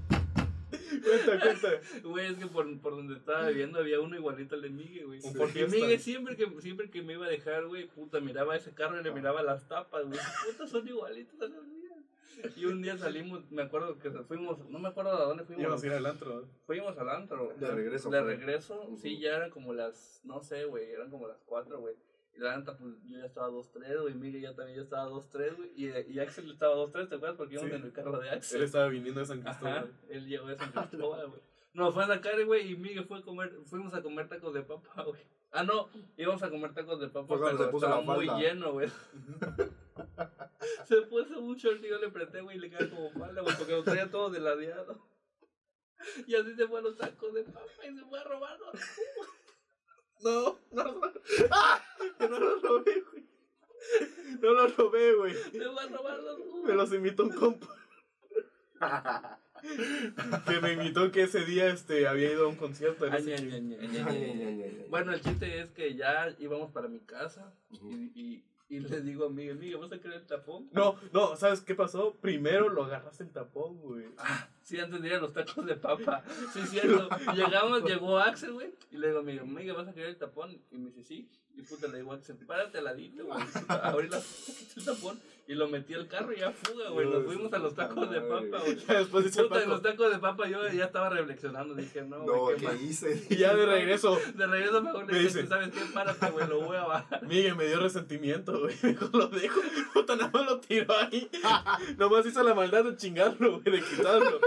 Cuenta, cuenta. güey, es que por, por donde estaba viviendo había uno igualito al de Miguel, güey. Un Ford Porque Fiesta. Miguel siempre que, siempre que me iba a dejar, güey, puta, miraba ese carro y le miraba las tapas, güey. Puta, son igualitos a las mías. Y un día salimos, me acuerdo que fuimos, no me acuerdo a dónde [laughs] fuimos. Íbamos a ir al antro. Fuimos al antro. De regreso, De fue. regreso, Ujú. sí, ya eran como las, no sé, güey, eran como las 4, güey. Y la neta, pues yo ya estaba 2-3, güey, Miguel ya también ya estaba 2-3, güey. Y, y Axel estaba 2-3, ¿te acuerdas? Porque íbamos Sí. en el carro de Él Axel. estaba viniendo de San Ajá, Cristóbal. él llegó de San [laughs] Cristóbal, güey. Nos fue a sacar, güey, y Miguel fue a comer, fuimos a comer tacos de papa, [laughs] güey. Ah, no, íbamos a comer tacos de papa, Fue cuando pero se puso estaba la muy falda. [laughs] lleno, güey. [laughs] se puso un short y yo le apreté, güey, y le quedé como falda, güey, porque lo traía todo de ladeado. [laughs] Y así se fue a los tacos de papa y se fue a robar los No, no, no. [laughs] ¡Ah! Que no lo robé, güey. No lo robé, güey. Se fue a robar los jugos. Me los invitó un [laughs] compa. Que me invitó que ese día este, había ido a un concierto. no Ay, sé ay, qué. ay, ay, Ay, ay, ay, ay. ay, ay. Bueno, el chiste es que ya íbamos para mi casa Ujú. y, y, y le digo a Miguel, Miguel, ¿vas a querer el tapón? No, no, ¿sabes qué pasó? Primero lo agarraste el tapón, güey. [laughs] Sí, antes de ir a los tacos de papa. Sí, cierto. Llegamos, llegó Axel, güey. Y le digo, mira, amiga, ¿vas a querer el tapón? Y me dice, sí. Y puta, le digo, Axel, párate al ladito, güey. Abrí la el tapón. Y lo metí al carro y ya fuga, güey. Nos fuimos a los tacos de papa, güey. Ya Después dice Puta, en Paco, los tacos de papa yo ya estaba reflexionando. Dije, no, No, güey, qué ¿qué mal. hice? [laughs] Y ya de regreso, De regreso mejor Me le dije, dice- ¿sabes qué? Párate, güey, lo voy a bajar. [laughs] Miguel me dio resentimiento, güey. [laughs] Mejor lo dejo. Puta, nada más lo tiró [laughs] ahí. Nomás hizo la maldad de chingarlo, güey, de quitarlo.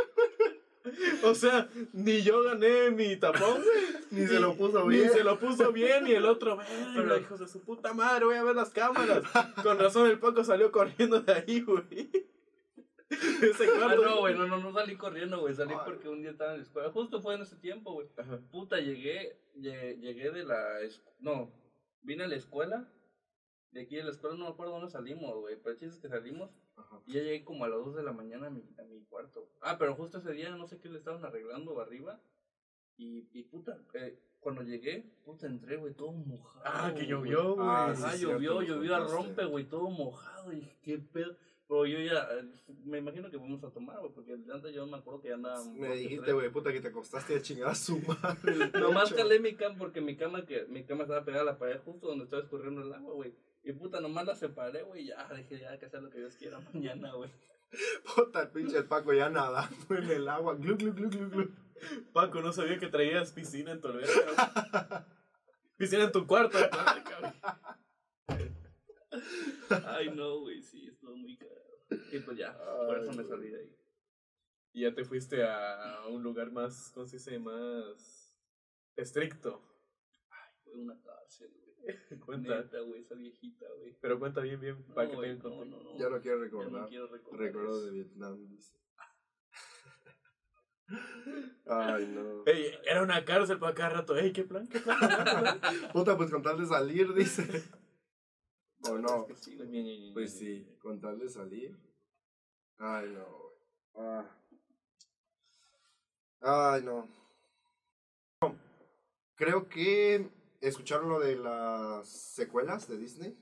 O sea, ni yo gané mi tapón, güey. Ni se lo puso Ni bien. se lo puso bien y el otro, Pero- pero hijos de su puta madre, voy a ver las [laughs] cámaras. Con razón el Paco salió corriendo de ahí, güey. [laughs] Ese Ah, cuarto. no, güey, no, no, no salí corriendo, güey. Salí Ah. Ay. porque un día estaba en la escuela. Justo fue en ese tiempo, güey. Ajá. Puta, llegué, lle- llegué de la... es- No, vine a la escuela. De aquí de la escuela no me acuerdo dónde salimos, güey. Pero el chiste es que salimos Ajá. y ya llegué como a las 2 de la mañana a mi, a mi cuarto. Ah, pero justo ese día no sé qué le estaban arreglando arriba. Y, y puta, eh, cuando llegué, puta, entré, güey, todo mojado. Ah, que Uh, güey. llovió, güey. Ah, Ah, sí, llovió, cierto, me llovió a contaste. rompe, güey, todo mojado. Y dije, qué pedo. Pero yo ya, eh, me imagino que vamos a tomar, güey, porque antes yo me acuerdo que andaba... Me dijiste, güey, puta, que te acostaste a chingar a su madre. el [laughs] Nomás pecho. calé mi cama porque mi cama que mi cama estaba pegada a la pared justo donde estaba escurriendo el agua, güey. Y puta, nomás la separé, güey, ya dije, ya que sea lo que Dios quiera [laughs] mañana, güey. Puta, el pinche Paco ya nadando en el agua. Glu, glu, glu, glu, glu. Paco, no sabía que traías piscina en Toledo. cabrón. [laughs] piscina en tu cuarto. aparte, cabrón. Ay, no, güey, sí, estuvo muy caro. Y pues ya, por Ay, eso me güey. salí de ahí. Y ya te fuiste a un lugar más, ¿cómo se dice? Más estricto. Fue una cárcel, güey. Cuenta. Neta, güey, esa viejita, güey. Pero cuenta bien, bien, No, para que güey, te no, no, no. Ya no quiero Ya no recordar. quiero recordar. Recuerdo de eso. Vietnam, dice. [laughs] Ay, no. Eh. Ey, era una cárcel para cada rato. Ey, qué plan, qué plan. Puta, pues con tal de salir, dice. [laughs] O no. Es que sí, güey. Pues sí, con tal de salir. Ay, no, güey. Ah. Ay, no. No, Creo que escucharon lo de las secuelas de Disney.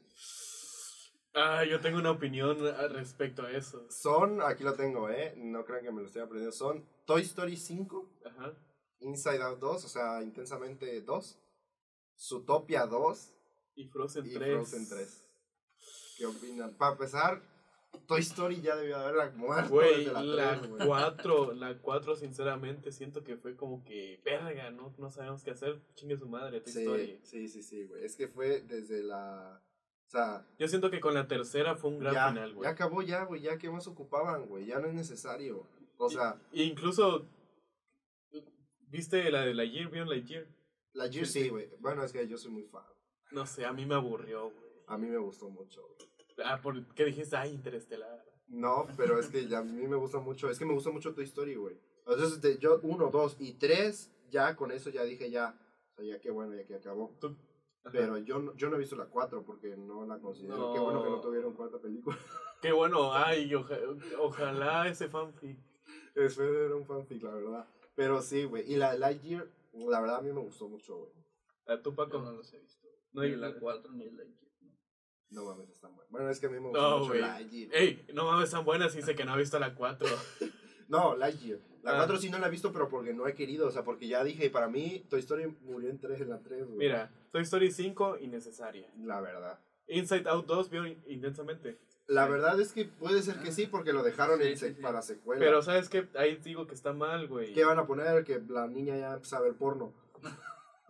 Ah, yo tengo una opinión al respecto a eso. Son, aquí lo tengo, ¿eh? No crean que me lo estoy aprendiendo. Son Toy Story 5, Ajá. Inside Out 2, o sea, Intensamente 2, Zootopia 2 Y Frozen y 3. Frozen 3. ¿Qué opinan? Para empezar, Toy Story ya debió haberla muerto Güey, desde la la 3, güey. 4, la 4 sinceramente siento que fue como que, verga, no, no sabemos qué hacer, chingue su madre, tu Sí, historia. sí, sí, sí, güey. Es que fue desde la. O sea, Yo siento que con la tercera fue un gran ya, final, ya güey. acabó ya, güey. Ya que más ocupaban, güey. Ya no es necesario. O sea, Y- E incluso, ¿viste la de la Year? ¿Vieron la Year? la Gear sí, güey. Bueno, es que yo soy muy fan. No sé, a mí me aburrió, güey. A mí me gustó mucho, güey. Ah, porque dijiste, ay, interestelar. No, pero es que ya a mí me gusta mucho. Es que me gusta mucho tu historia, güey. Entonces, de- yo, uno, dos y tres, ya con eso ya dije ya. O sea, ya que bueno, ya que acabó. Tú- Ajá. Pero yo, no- yo no he visto la cuatro porque no la considero. Qué bueno que no No. tuvieron cuarta película. Qué bueno, ay, oja- ojalá ese fanfic. Eso era un fanfic, la verdad. Pero sí, güey. Y la de Lightyear, la verdad a mí me gustó mucho, güey. A tu Yo Paco. no los he visto. No, ni y- la 4 ni la 5. No mames, está bueno. Bueno, es que a mí me gustó No, mucho güey. Lightyear. Ey, no mames, tan buenas, dice que no ha visto la 4. [laughs] No, Lightyear. La Ah. 4 sí no la he visto, pero porque no he querido. O sea, porque ya dije, para mí, Toy Story murió en 3, en la 3, güey. Mira, Toy Story 5, innecesaria. La verdad. Inside Out 2 vio in- intensamente. La verdad es que puede ser que sí, porque lo dejaron Sí, en sí, se- sí. para la secuela. Pero ¿sabes qué? Ahí digo que está mal, güey. ¿Qué van a poner? Que la niña ya empieza a ver porno. [laughs]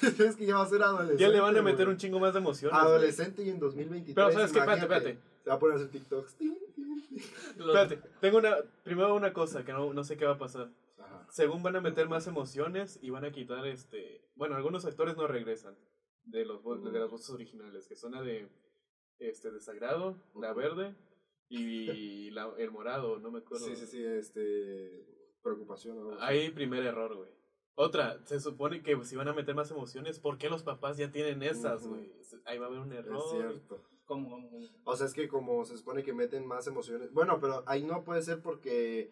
Pues es que ya va a ser adolescente. Ya le van a meter güey. un chingo más de emociones. güey. Adolescente y en 2023. Pero ¿sabes qué? Espérate, imagínate, espérate. Se va a poner a hacer TikToks. Ting, ting. Espérate, tengo una, primero una cosa que no, no sé qué va a pasar. Ajá. Según van a meter más emociones y van a quitar este... Bueno, algunos actores no regresan de, los, vo- de Mm. las voces originales, que son la de este, Desagrado, la Ujú. verde y la- el morado, no me acuerdo. Sí, sí, sí, este. Preocupación. o algo así. Ahí primer error, güey. Otra, se supone que si van a meter más emociones, ¿por qué los papás ya tienen esas, Ujú. güey? Ahí va a haber un error. Es cierto. ¿Cómo, cómo, cómo? O sea, es que como se supone que meten más emociones. Bueno, pero ahí no puede ser porque.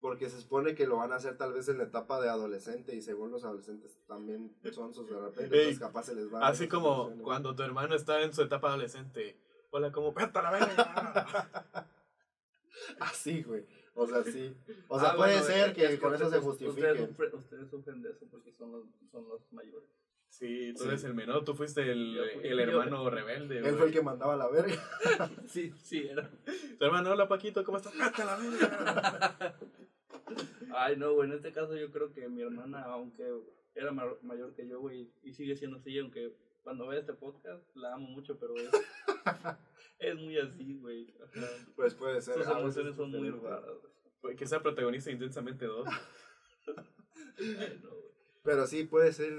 Porque se supone que lo van a hacer tal vez en la etapa de adolescente y según los adolescentes también son sus de repente, Ey, entonces capaz se les va Así como cuando tu hermano está en su etapa adolescente. Hola, como, ¡Peta la verga! [laughs] Así, Ah, güey. O sea, sí. O sea, Ah, puede bueno, ser es- que es con eso se ustedes- Ustedes justifique. sufren, ustedes sufren de eso porque son los, son los mayores. Sí, tú Sí. eres el menor, tú fuiste el, Yo fui- el yo- hermano rebelde, Él fue güey. el que mandaba la verga. [laughs] Sí, sí, era. Tu hermano, hola, Paquito, ¿cómo estás? ¡Peta la [laughs] verga! Ay, no, güey, en este caso yo creo que mi hermana, aunque era ma- mayor que yo, güey, y sigue siendo así, aunque cuando vea este podcast la amo mucho, pero es, [laughs] es muy así, güey. Ajá. Pues puede ser. Sus a veces emociones son muy diferente. raras, güey. Güey, que sea protagonista de intensamente dos. Ay, no, güey. Pero sí, puede ser,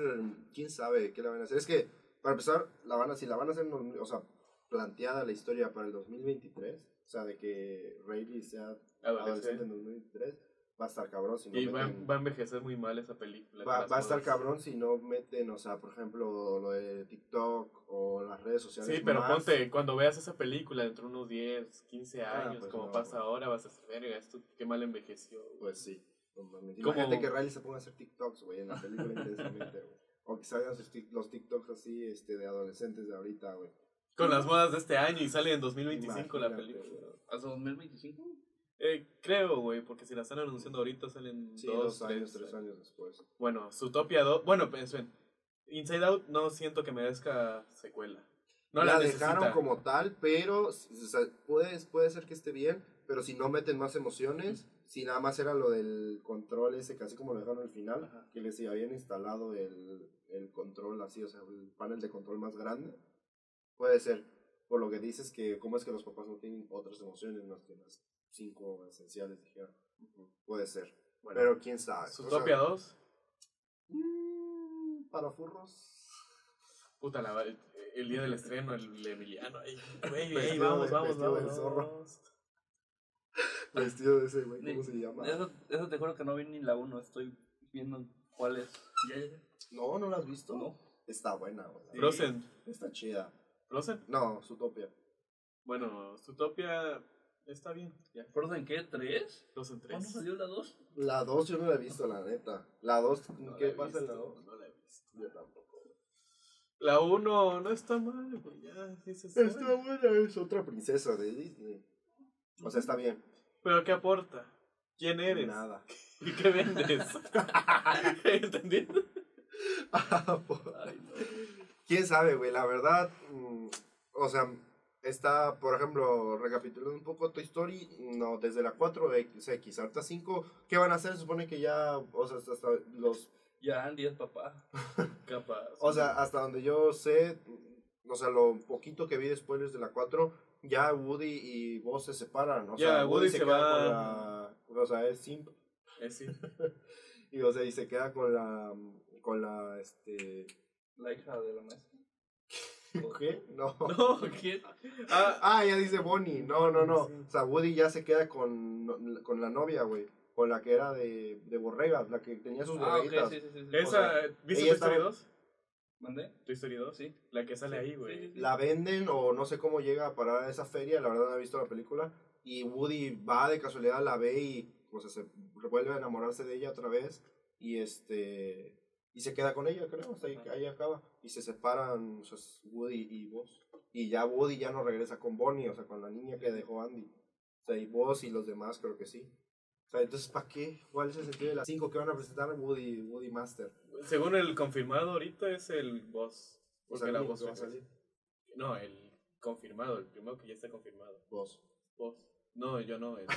quién sabe qué la van a hacer. Es que, para empezar, la van a, si la van a hacer, no- o sea, planteada la historia para el 2023, o sea, de que Rayleigh sea adolescente Adolescente. en 2023, va a estar cabrón si no Y va, meten- va a envejecer muy mal esa película. va- Las va a estar modas. cabrón si no meten, o sea, por ejemplo, lo de TikTok o las redes sociales. Sí, pero más. ponte, cuando veas esa película dentro de unos 10, 15 Ah, años, pues como no, pasa güey. ahora, vas a decir, verga, esto qué mal envejeció. güey". Pues sí. no mames. Como- Imagínate que Riley se ponga a hacer TikToks, güey, en la película intensamente, güey. O que salgan sus tic- los TikToks así, este, de adolescentes de ahorita, güey. Con las modas de este año y sale en 2025 la Imagínate, película. güey. ¿Hasta 2025? Eh, creo, güey, porque si la están anunciando ahorita salen Sí, dos, dos, años, tres tres años después. Bueno, Zootopia 2. Bueno, pensen. Inside Out no siento que merezca secuela. No la, la dejaron necesita. como tal, pero o sea, puede, puede ser que esté bien, pero si no meten más emociones, si nada más era lo del control ese, casi como lo dejaron al final, Ajá. que les habían instalado el, el control así, o sea, el panel de control más grande, puede ser. Por lo que dices que, ¿cómo es que los papás no tienen otras emociones más que las cinco esenciales? Dijeron. Puede ser. Bueno, pero quién sabe. o Zootopia sea, 2. mm, Para furros. [laughs] Puta, la, el, el día del estreno, el Emiliano. ahí, [laughs] Güey, Vestido ey, vamos, de- vamos, vestido vamos. de zorro. vamos. Vestido de ese güey, ¿cómo Ni- se llama? Eso, eso te juro que no vi ni la 1, estoy viendo cuál es. Ya, ya, ya. No, no la has visto. No. Está buena, güey. Sí. Frozen. Está chida. Frozen. No, Zootopia. Bueno, Zootopia está bien. Ya. ¿Frozen qué? ¿Tres? Frozen 3. ¿Cuándo salió la [laughs] 2? La 2 yo no la he visto, la neta. La 2, No ¿qué la he pasa en la visto, 2? No la he visto. Yo tampoco. La 1 no está mal, güey. Ya, dices. "Ay". Está buena, es otra princesa de Disney. O sea, está bien. Pero ¿qué aporta? ¿Quién eres? Nada. [laughs] ¿Y qué vendes? ¿Entendiendo? Ay, no. ¿Quién sabe, güey? La verdad, mm, o sea, está, por ejemplo, recapitulando un poco Toy Story, no, desde la 4X, hasta 5, ¿qué van a hacer? Se supone que ya, o sea, hasta- hasta los Ya, Andy es papá. Capaz. O sea, hasta donde yo sé, o sea, lo poquito que vi de spoilers de la 4, ya Woody y Buzz se separan. O Ya, sea, Woody se queda va- con la. O sea, es simp. Es Eh, sí. Y, o sea, y se queda con la. Con la. Este. La hija de la mesa. ¿Qué? [laughs] No. No, ¿Quién? ah, Ah, ya dice Bonnie. No, no, no. Sí. O sea, Woody ya se queda con, con la novia, güey. Con la que era de, de borregas, la que tenía sus Ah, ok, borreguitas. sí, sí, sí. sí. esa, ¿viste Toy ella estaba- Story 2? ¿Mandé? Oh, Toy Story 2, Sí. La que sale Sí, ahí, güey. sí, sí. la venden o no sé cómo llega a parar a esa feria, la verdad no he visto la película. Y Woody va de casualidad, la ve y o sea, se vuelve a enamorarse de ella otra vez y este y se queda con ella, creo, hasta ahí, Ajá. ahí acaba. Y se separan o sea, Woody y Buzz. Y ya Woody ya no regresa con Bonnie, o sea, con la niña que dejó Andy. O sea, y Buzz y los demás creo que sí. O sea, entonces, ¿para qué? ¿Cuál es el sentido de las cinco que van a presentar Woody, Woody Master? Según el confirmado ahorita es el boss. O Porque sea, la el único voz que va a fue- salir. No, el confirmado, el primero que ya está confirmado. Buzz. Boss. No, yo no. el-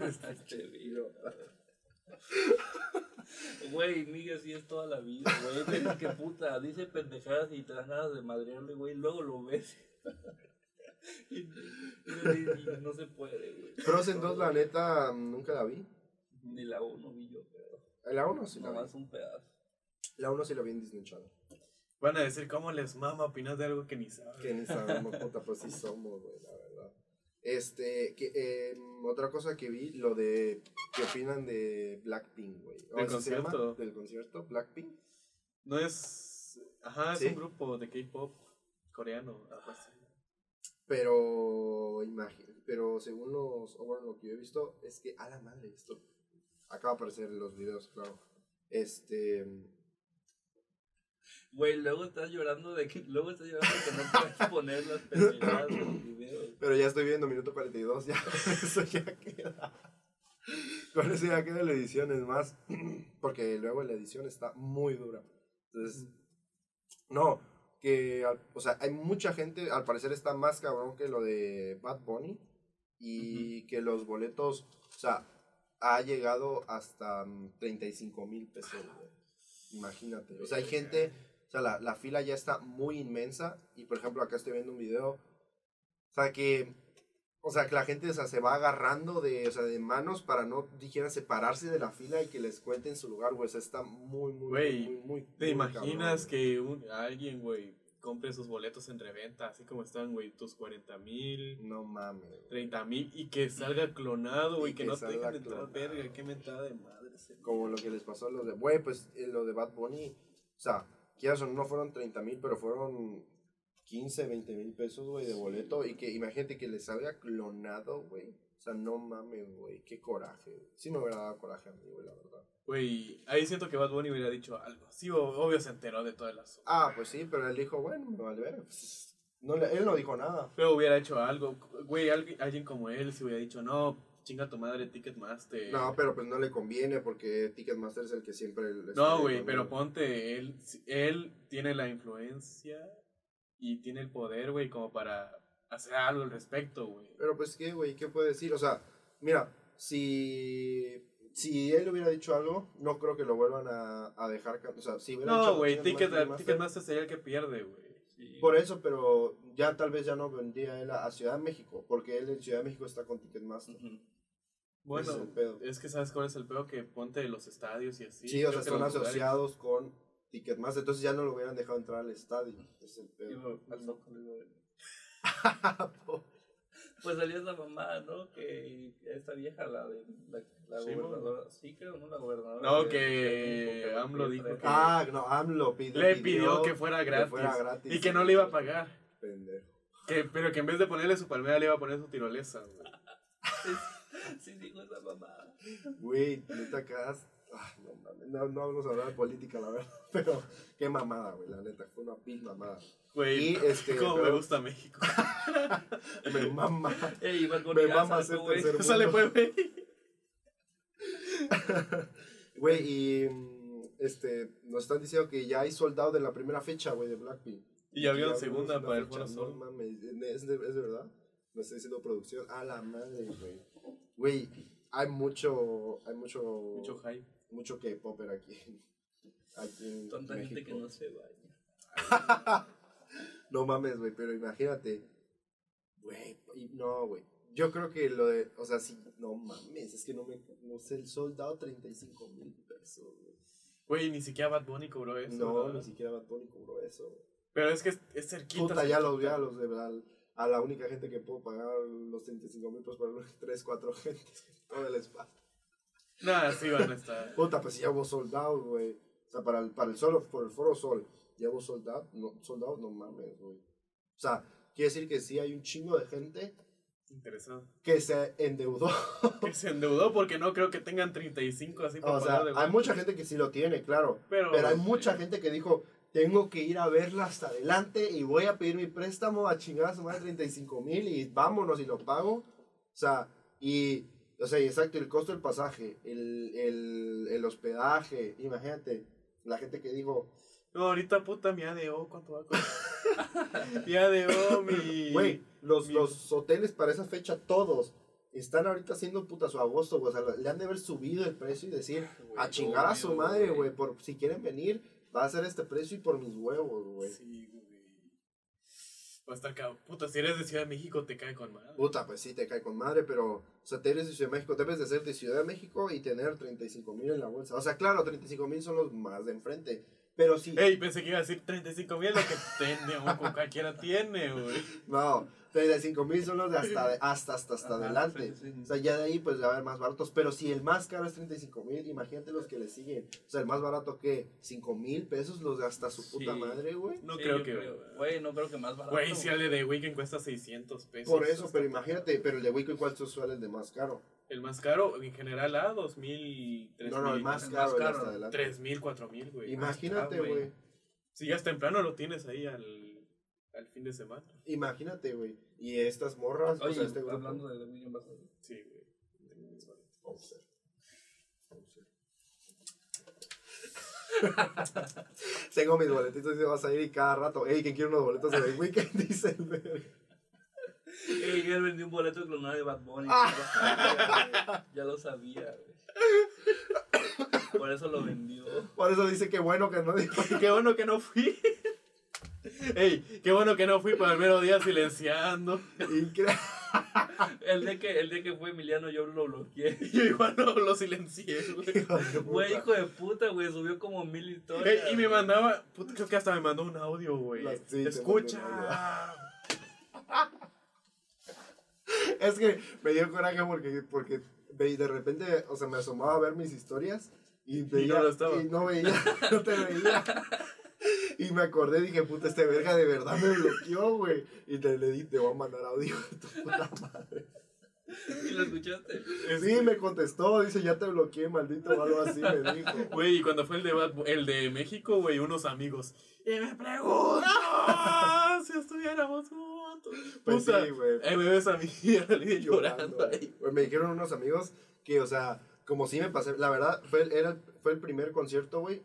Este video. [laughs] Güey, Miguel, sí es toda la vida, güey. Es que puta, dice pendejadas y te dan ganas de madrearle, güey. Luego lo ves. [laughs] Y, y- y no se puede, güey. Frozen 2, la neta, nunca la vi. Ni la uno vi yo, pero. La 1 sí la vi. Nomás un pedazo. La 1 sí la vi en Disney [laughs] Channel. Van a decir, ¿cómo les mama opinar de algo que ni saben? Que ni sabemos, puta, pues sí somos, güey, la verdad. Este, que, eh, otra cosa que vi, lo de, ¿qué opinan de Blackpink, güey? ¿O Del así se llama? concierto. Del concierto, Blackpink. No es... Ajá, es Sí. un grupo de K-pop coreano. algo así. Pero, imagín- pero según los, o bueno, lo que yo he visto, es que, a la madre, esto acaba de aparecer en los videos, claro. Este, Güey, luego estás llorando de que. Luego estás llorando de que no puedes [laughs] poner las pendejadas en los videos. pero ya estoy viendo minuto 42, ya, [laughs] eso ya queda. Con eso ya queda la edición, es más, [clears throat] porque luego la edición está muy dura. Entonces, no, que, al- o sea, hay mucha gente, al parecer está más cabrón que lo de Bad Bunny y que los boletos, o sea, ha llegado hasta mm, 35 mil pesos, güey. Imagínate. O sea, hay gente, o sea, la, la fila ya está muy inmensa y, por ejemplo, acá estoy viendo un video, o sea, que... O sea, que la gente o sea, se va agarrando de, o sea, de manos para no, dijeran, separarse de la fila y que les cuenten su lugar, güey. O sea, está muy, muy, Güey, muy, muy, ¿Te muy imaginas cabrón, güey. que un- alguien, güey, compre sus boletos en reventa, así como están, güey, tus 40 mil, No mames. güey. 30 mil, y que salga clonado, güey, Y que, que no te salga dejen entrar, clonado. verga, qué mentada de madre. ese. Como lo que les pasó a los de. Güey, pues eh, lo de Bad Bunny. O sea, quieras o no, no fueron 30 mil, pero fueron 15, 20 mil pesos, güey, de boleto. Y que imagínate que les salga clonado, güey. O sea, no mames, güey. Qué coraje. güey. Sí me hubiera dado coraje a mí, güey, la verdad. Güey, ahí siento que Bad Bunny hubiera dicho algo. Sí, o- obvio se enteró de todo el asunto. Ah, pues sí, pero él dijo, bueno, me vale ver. No, le- él no dijo nada. Pero hubiera hecho algo. Güey, alguien, alguien como él si hubiera dicho, no, chinga tu madre Ticketmaster. No, pero pues no le conviene porque Ticketmaster es el que siempre... le está No, güey, llevando- pero ponte, él, él tiene la influencia y tiene el poder, güey, como para hacer algo al respecto, güey. Pero pues qué, güey, ¿qué puede decir? O sea, mira, si... Si él hubiera dicho algo, no creo que lo vuelvan a, a dejar... can- O sea, si hubiera No, dicho güey, Ticket- Ticketmaster- Ticketmaster sería el que pierde, güey. Por eso, pero ya tal vez ya no vendría él a, a Ciudad de México, porque él en Ciudad de México está con Ticketmaster. Ese es Bueno, el pedo. es que sabes cuál es el pedo que ponte los estadios y así. Sí, creo o sea, que están los lugares- asociados con Ticketmaster, entonces ya no lo hubieran dejado entrar al estadio. Ese Es el pedo. [laughs] [laughs] Pues salió esa mamá, ¿no? Que esta vieja, la de la, la Sí, gobernadora, sí creo, ¿no? La gobernadora. No, de- que de Acapulco, AMLO que dijo trae- que- Ah, no, AMLO pidió, Le pidió que fuera gratis. fuera gratis. Y que no le iba a pagar. Pendejo. Que, pero que en vez de ponerle su palmera le iba a poner su tirolesa, güey. Sí, dijo esa mamá. Güey, neta cagas. Ah, no, mames, no, no vamos a hablar de política, la verdad. [laughs] Pero qué mamada, güey, la neta. Fue una pil mamada. Güey, Y, [laughs] este, cómo me pero- gusta México. Me mama. Eh, igual con Me ya, mama ¿sabes ser cómo, [laughs] güey? tercero. Sale [laughs] pues, güey. Güey, y. mm, Este, nos están diciendo que ya hay soldado de la primera fecha, güey, de Blackpink. Y ya vieron una segunda para el fecha, Foro No Sol. mames, ¿es de, es de verdad? Me está diciendo producción. A la madre, güey. Güey, hay mucho. Hay mucho. Mucho hype. mucho K-Popper aquí. [laughs] Aquí en Tanta México. gente que no se baña. No mames, güey, pero imagínate. Güey, y- no, güey. Yo creo que lo de. O sea, sí, no mames, es que no me. No sé, el soldado 35 mil pesos, güey. Güey, ni siquiera Bad Bunny cobró eso. No, ¿verdad? ni siquiera Bad Bunny cobró eso, güey. Pero es que es, es cerquita. Puta, ya los, cerquita. ya los de verdad. A la única gente que puedo pagar los 35 mil pesos para los [laughs] 3, 4 gentes. Todo el espacio. Nah, sí van a [laughs] estar. Puta, pues si llevo soldado, güey. O sea, para el, para el solo, por el foro sol. Llevo soldado, no, soldado, no mames, güey. O sea, quiere decir que sí hay un chingo de gente Interesado. que se endeudó. Que se endeudó porque no creo que tengan 35 así para O sea, pagar de hay golpe. mucha gente que sí lo tiene, claro. Pero, este, Pero hay mucha gente que dijo, tengo que ir a verla hasta adelante y voy a pedir mi préstamo a chingar a su madre 35 mil y vámonos y lo pago. O sea, y, o sea, y exacto, el costo del pasaje, el, el, el hospedaje, imagínate, la gente que dijo, No, ahorita puta mi ADO, ¿cuánto va a costar? [laughs] mi ADO, mi. güey, los, mi- los hoteles para esa fecha todos están ahorita haciendo puta su agosto, güey, o sea, le han de haber subido el precio y decir, a chingar a su madre, güey, por si quieren venir, va a ser este precio y por mis huevos, güey. Sí, güey. Va a estar cabrón. Puta, si eres de Ciudad de México, te cae con madre. Puta, pues sí, te cae con madre, pero, o sea, te eres de Ciudad de México, debes de ser de Ciudad de México y tener 35 mil en la bolsa. O sea, claro, 35 mil son los más de enfrente, pero sí, Ey, pensé que iba a decir 35 mil, lo que tiene, o con cualquiera tiene, güey. no, 35 mil son los de hasta, [laughs] de- hasta, hasta, hasta Ajá, adelante. sí, sí. O sea, ya de ahí pues va a haber más baratos, pero si el más caro es 35 mil, imagínate los que le siguen. O sea, el más barato que 5 mil pesos, los de hasta su puta Sí. madre, güey. No Sí, creo yo que. Güey, no creo que más barato. Güey, si el de The Weeknd cuesta 600 pesos. Por eso, pero imagínate, pero el de Wico igual se usual el de más caro. El más caro, en general, ¿ah? a 2000, 3000. No, no, el más el caro, más el caro, hasta adelante. 3000, 4000, güey. Imagínate, Ah, güey. güey. Si ya es temprano, lo tienes ahí al, al fin de semana. Imagínate, güey. Y estas morras, Oye, o sea, este grupo. hablando de The Weeknd, ¿vas a ir? Sí, güey. Vamos a hacer. Vamos a hacer. [laughs] Tengo mis boletitos y vas a ir y cada rato, hey, ¿quién quiere unos boletos de The Weeknd? [laughs] Dice el verga. Ey, él vendió un boleto clonado de Bad Bunny. Ah. Ya lo sabía, güey. Por eso lo vendió. Por eso dice que bueno que no dijo. qué bueno que no fui. Ey, qué bueno que no fui para el mero día silenciando. [laughs] Increíble. El día que, el día que fue Emiliano, yo lo bloqueé. Yo igual no lo silencié, güey. Güey, hijo de puta, güey. Subió como mil historias. Ey, y me mandaba, puta, creo que hasta me mandó un audio, güey. Las- sí, te mandó un Escucha. [laughs] Es que me dio coraje porque, porque ve- de repente, o sea, me asomaba a ver mis historias y veía. no lo estaba. y no veía, [laughs] no te veía. Y me acordé, dije, puta, este verga de verdad me bloqueó, güey. Y te le di, te voy a mandar audio de tu puta madre. ¿Y lo escuchaste? Sí, me contestó, dice, ya te bloqueé, maldito, o algo así, me dijo. Güey, y cuando fue el de, Bad- el de México, güey, unos amigos. Y me preguntan si estuviéramos juntos. Pues Puta, sí, güey. eh, me ves a mí [laughs] [laughs] llorando, llorando ahí. Güey, Me dijeron unos amigos que, o sea, como si me pasé. La verdad, fue el, era el- fue el primer concierto, güey.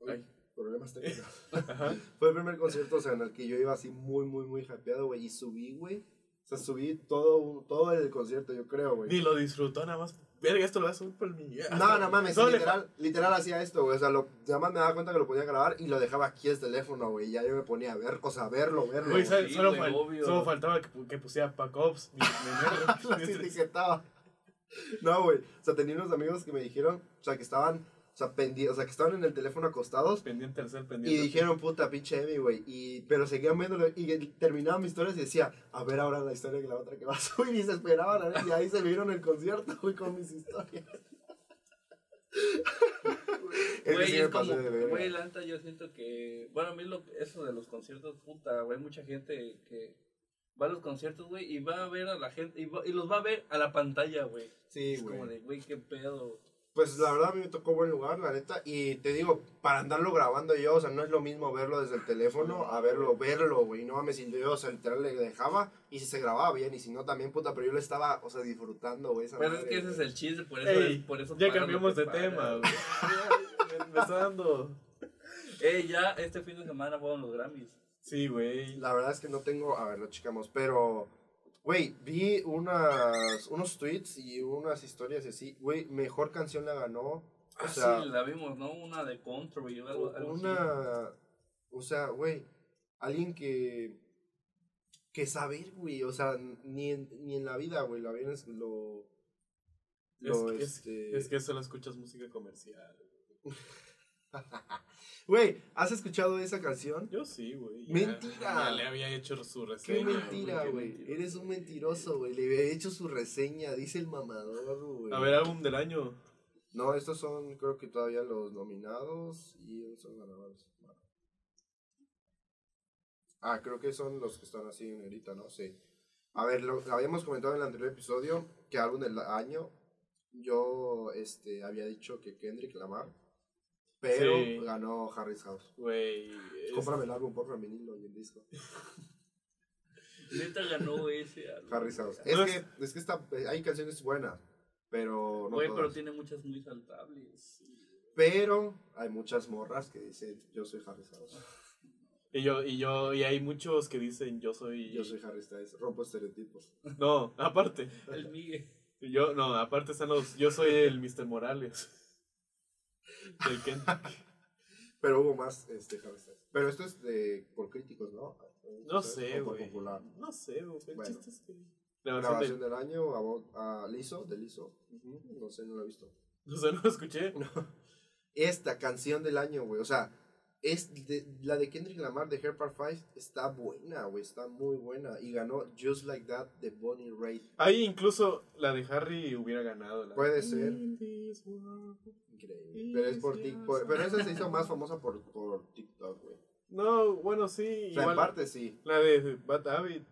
Uy, Ay. Problemas técnicos. [laughs] Ajá. [laughs] fue el primer concierto, o sea, en el que yo iba así muy, muy, muy hypeado, güey. Y subí, güey. O sea, subí todo, todo el concierto, yo creo, Ni güey. lo disfrutó nada más. Verga, esto lo vas a subir por mi. No, no mames, Solo le fa- literal, literal hacía esto, güey. O sea, lo, nada más me daba cuenta que lo podía grabar y lo dejaba aquí el teléfono, güey. Y ya yo me ponía a ver, o sea, verlo, verlo. Güey, güey. ¿sabes? Sí, solo, güey, fal- obvio. solo faltaba que, pu- que pusiera Pac Ops. mi- [laughs] mi las nerd, mi- etiquetaba. No, güey. O sea, tenía unos amigos que me dijeron, o sea, que estaban, o sea, pendi- o sea, que estaban en el teléfono acostados. pendiente tercer pendiente. pues, Y dijeron, puta, pinche Emi, güey. Y, pero seguían viéndolo. Y terminaba mis historias y decía, a ver ahora la historia que la otra que va a subir. Y se esperaban a ver. Y ahí se vieron el concierto, güey, con mis historias. Es que sí Güey, me es pasé como, de verga. güey, la neta, yo siento que, bueno, a mí lo, eso de los conciertos, puta, güey, hay mucha gente que va a los conciertos, güey, y va a ver a la gente, y, va- y los va a ver a la pantalla, güey. Sí, es como güey. de, güey, qué pedo. Pues la verdad a mí me tocó buen lugar, la neta. Y te digo, para andarlo grabando yo, o sea, no es lo mismo verlo desde el teléfono a verlo, verlo, güey. No mames, y yo, o sea, literal le dejaba y si se grababa bien y si no también, puta, pero yo lo estaba, o sea, disfrutando, güey. esa Pues es madre, que ese güey. es el chiste, por eso, Ey, por eso ya pagan lo cambiamos que de pagan. tema, [laughs] güey. Ay, Empezando. Ey, ya este fin de semana fueron los Grammys. Sí, güey. La verdad es que no tengo, a ver, lo checamos, pero, güey, vi unas, unos tweets y unas historias y así, güey, mejor canción la ganó. O Ah, sea, sí, la vimos, ¿no? Una de Control y algo, algo así. una, o sea, güey, alguien que, que saber, güey, o sea, ni en, ni en la vida, güey, la vida es lo, es, lo, que- es- este, es que solo escuchas música comercial. güey, ¿has escuchado esa canción? Yo sí, güey. ya- Mentira. Ya le había hecho su Qué reseña. mentira, qué güey, mentiroso. eres un mentiroso, güey, le había hecho su reseña, dice el mamador, güey. güey. A ver, álbum del año. No, estos son, creo que todavía los nominados y ellos son ganadores. Bueno. Ah, creo que son los que están así en negrita, ¿no? Sí. A ver, lo, lo habíamos comentado en el anterior episodio que álbum del año yo este, había dicho que Kendrick Lamar, pero Sí. ganó Harry's House. Güey. es- Cómprame el álbum, porfa, vinilo y el disco. Neta ganó ese. álbum. Harry's House. No Es que, es que está, hay canciones buenas, pero no Güey, pero todas. tiene muchas muy [laughs] saltables. Pero hay muchas morras que dicen, yo soy Harry's House. Y yo, y yo, y hay muchos que dicen yo soy. Yo soy Harry Styles, rompo estereotipos. [laughs] No, aparte. El [laughs] Miguel. Yo, no, aparte están los. Yo soy el Mr. Morales. [laughs] Del Ken. Pero hubo más este, Harry Styles. Pero esto es de, por críticos, ¿no? No O sea, sé, o por güey. popular. No sé, güey. El Bueno. chiste es que. Grabación Grabación de- del año a, Bo- a Lizzo, de Lizzo. No sé, no lo he visto. O sea, [laughs] no lo escuché. Esta canción del año, güey. O sea, es de- la de Kendrick Lamar de Hair Part 5 está buena, güey. Está muy buena. Y ganó Just Like That de Bonnie Raitt. Ahí incluso la de Harry hubiera ganado. La Puede ser. In this world. Increíble. Pero es por TikTok. Pero esa se hizo más famosa por, por TikTok, güey. No, bueno, sí. O sea, en igual- parte sí. La de Bad Habit.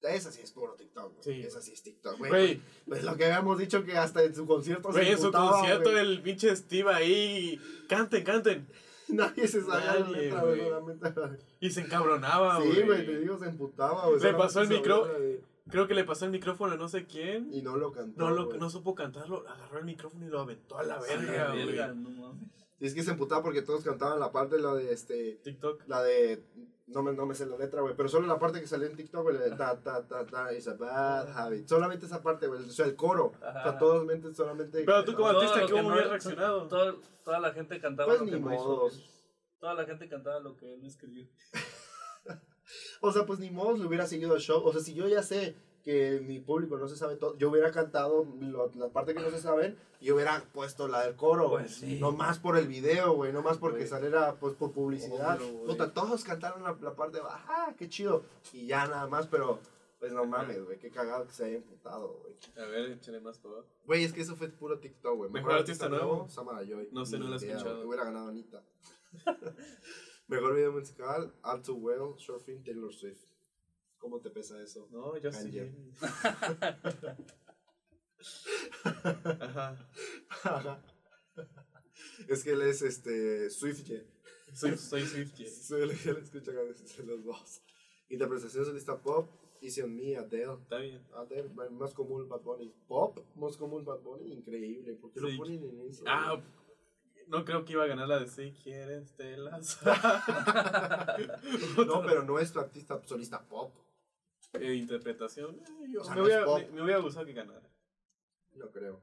Esa sí es puro TikTok, güey. Sí. Esa sí es TikTok, güey. Güey, Pues lo que habíamos dicho que hasta en su concierto güey, en su emputaba, concierto güey. el pinche Steve ahí. Canten, canten. Nadie se sabía la Nadie, letra, güey, güey. solamente la- Y se encabronaba, güey. Sí, güey, te digo, se emputaba, güey. Le solamente pasó el sabía micro- la de- Creo que le pasó el micrófono a no sé quién. Y no lo cantó, No, lo, güey. no supo cantarlo, agarró el micrófono y lo aventó a la Sí, verga, güey. verga, no mames. Y es que se emputaba porque todos cantaban la parte, la de, este... TikTok. La de... No me, no me sé la letra, güey, pero solo la parte que salió en TikTok, güey, la de ta, ta, ta, ta, it's a bad habit. Solamente esa parte, güey, o sea, el coro. O sea, Ajá. todos mentes solamente... Pero tú como Todo artista, lo que ¿cómo no- hubieras reaccionado? Toda, toda la gente cantaba Pues lo ni que no hizo. modos. Toda la gente cantaba lo que él escribió. [laughs] O sea, pues ni modo le hubiera seguido el show. O sea, si yo ya sé que mi público no se sabe todo, yo hubiera cantado lo- la parte que no se saben y hubiera puesto la del coro, güey. Pues sí. No más por el video, güey. No más porque Güey. saliera pues, por publicidad. Obvio, güey. Puta, todos cantaron la, la parte de baja, qué chido. Y ya nada más, pero pues no mames, güey. Qué cagado que se haya imputado, güey. A ver, échale más para abajo. Güey, es que eso fue puro TikTok, güey. Mejor artista nuevo. Samara Joy. No sé, Ni no la he idea, escuchado. güey, Hubiera ganado Anita. [laughs] Mejor video musical, All Too Well, Surfing, Taylor Swift. ¿Cómo te pesa eso? [laughs] No, yo sí. Kanye. [laughs] Ajá. es que él es este Swiftie. Soy, soy Swiftie. Soy el que le escucha cada vez [laughs] los dos. Interpretación solista pop, Easy on Me, Adele. Está bien. Adele, bueno, más común Bad Bunny. Pop, más común Bad Bunny, increíble. ¿Por qué Sí. lo ponen en eso? Ah, no creo que iba a ganar la de si quieres [laughs] telas. no, pero no es tu artista solista pop. Eh, interpretación. eh, yo- O sea, me, no hubiera, es pop. me, me hubiera gustado que ganara. No creo.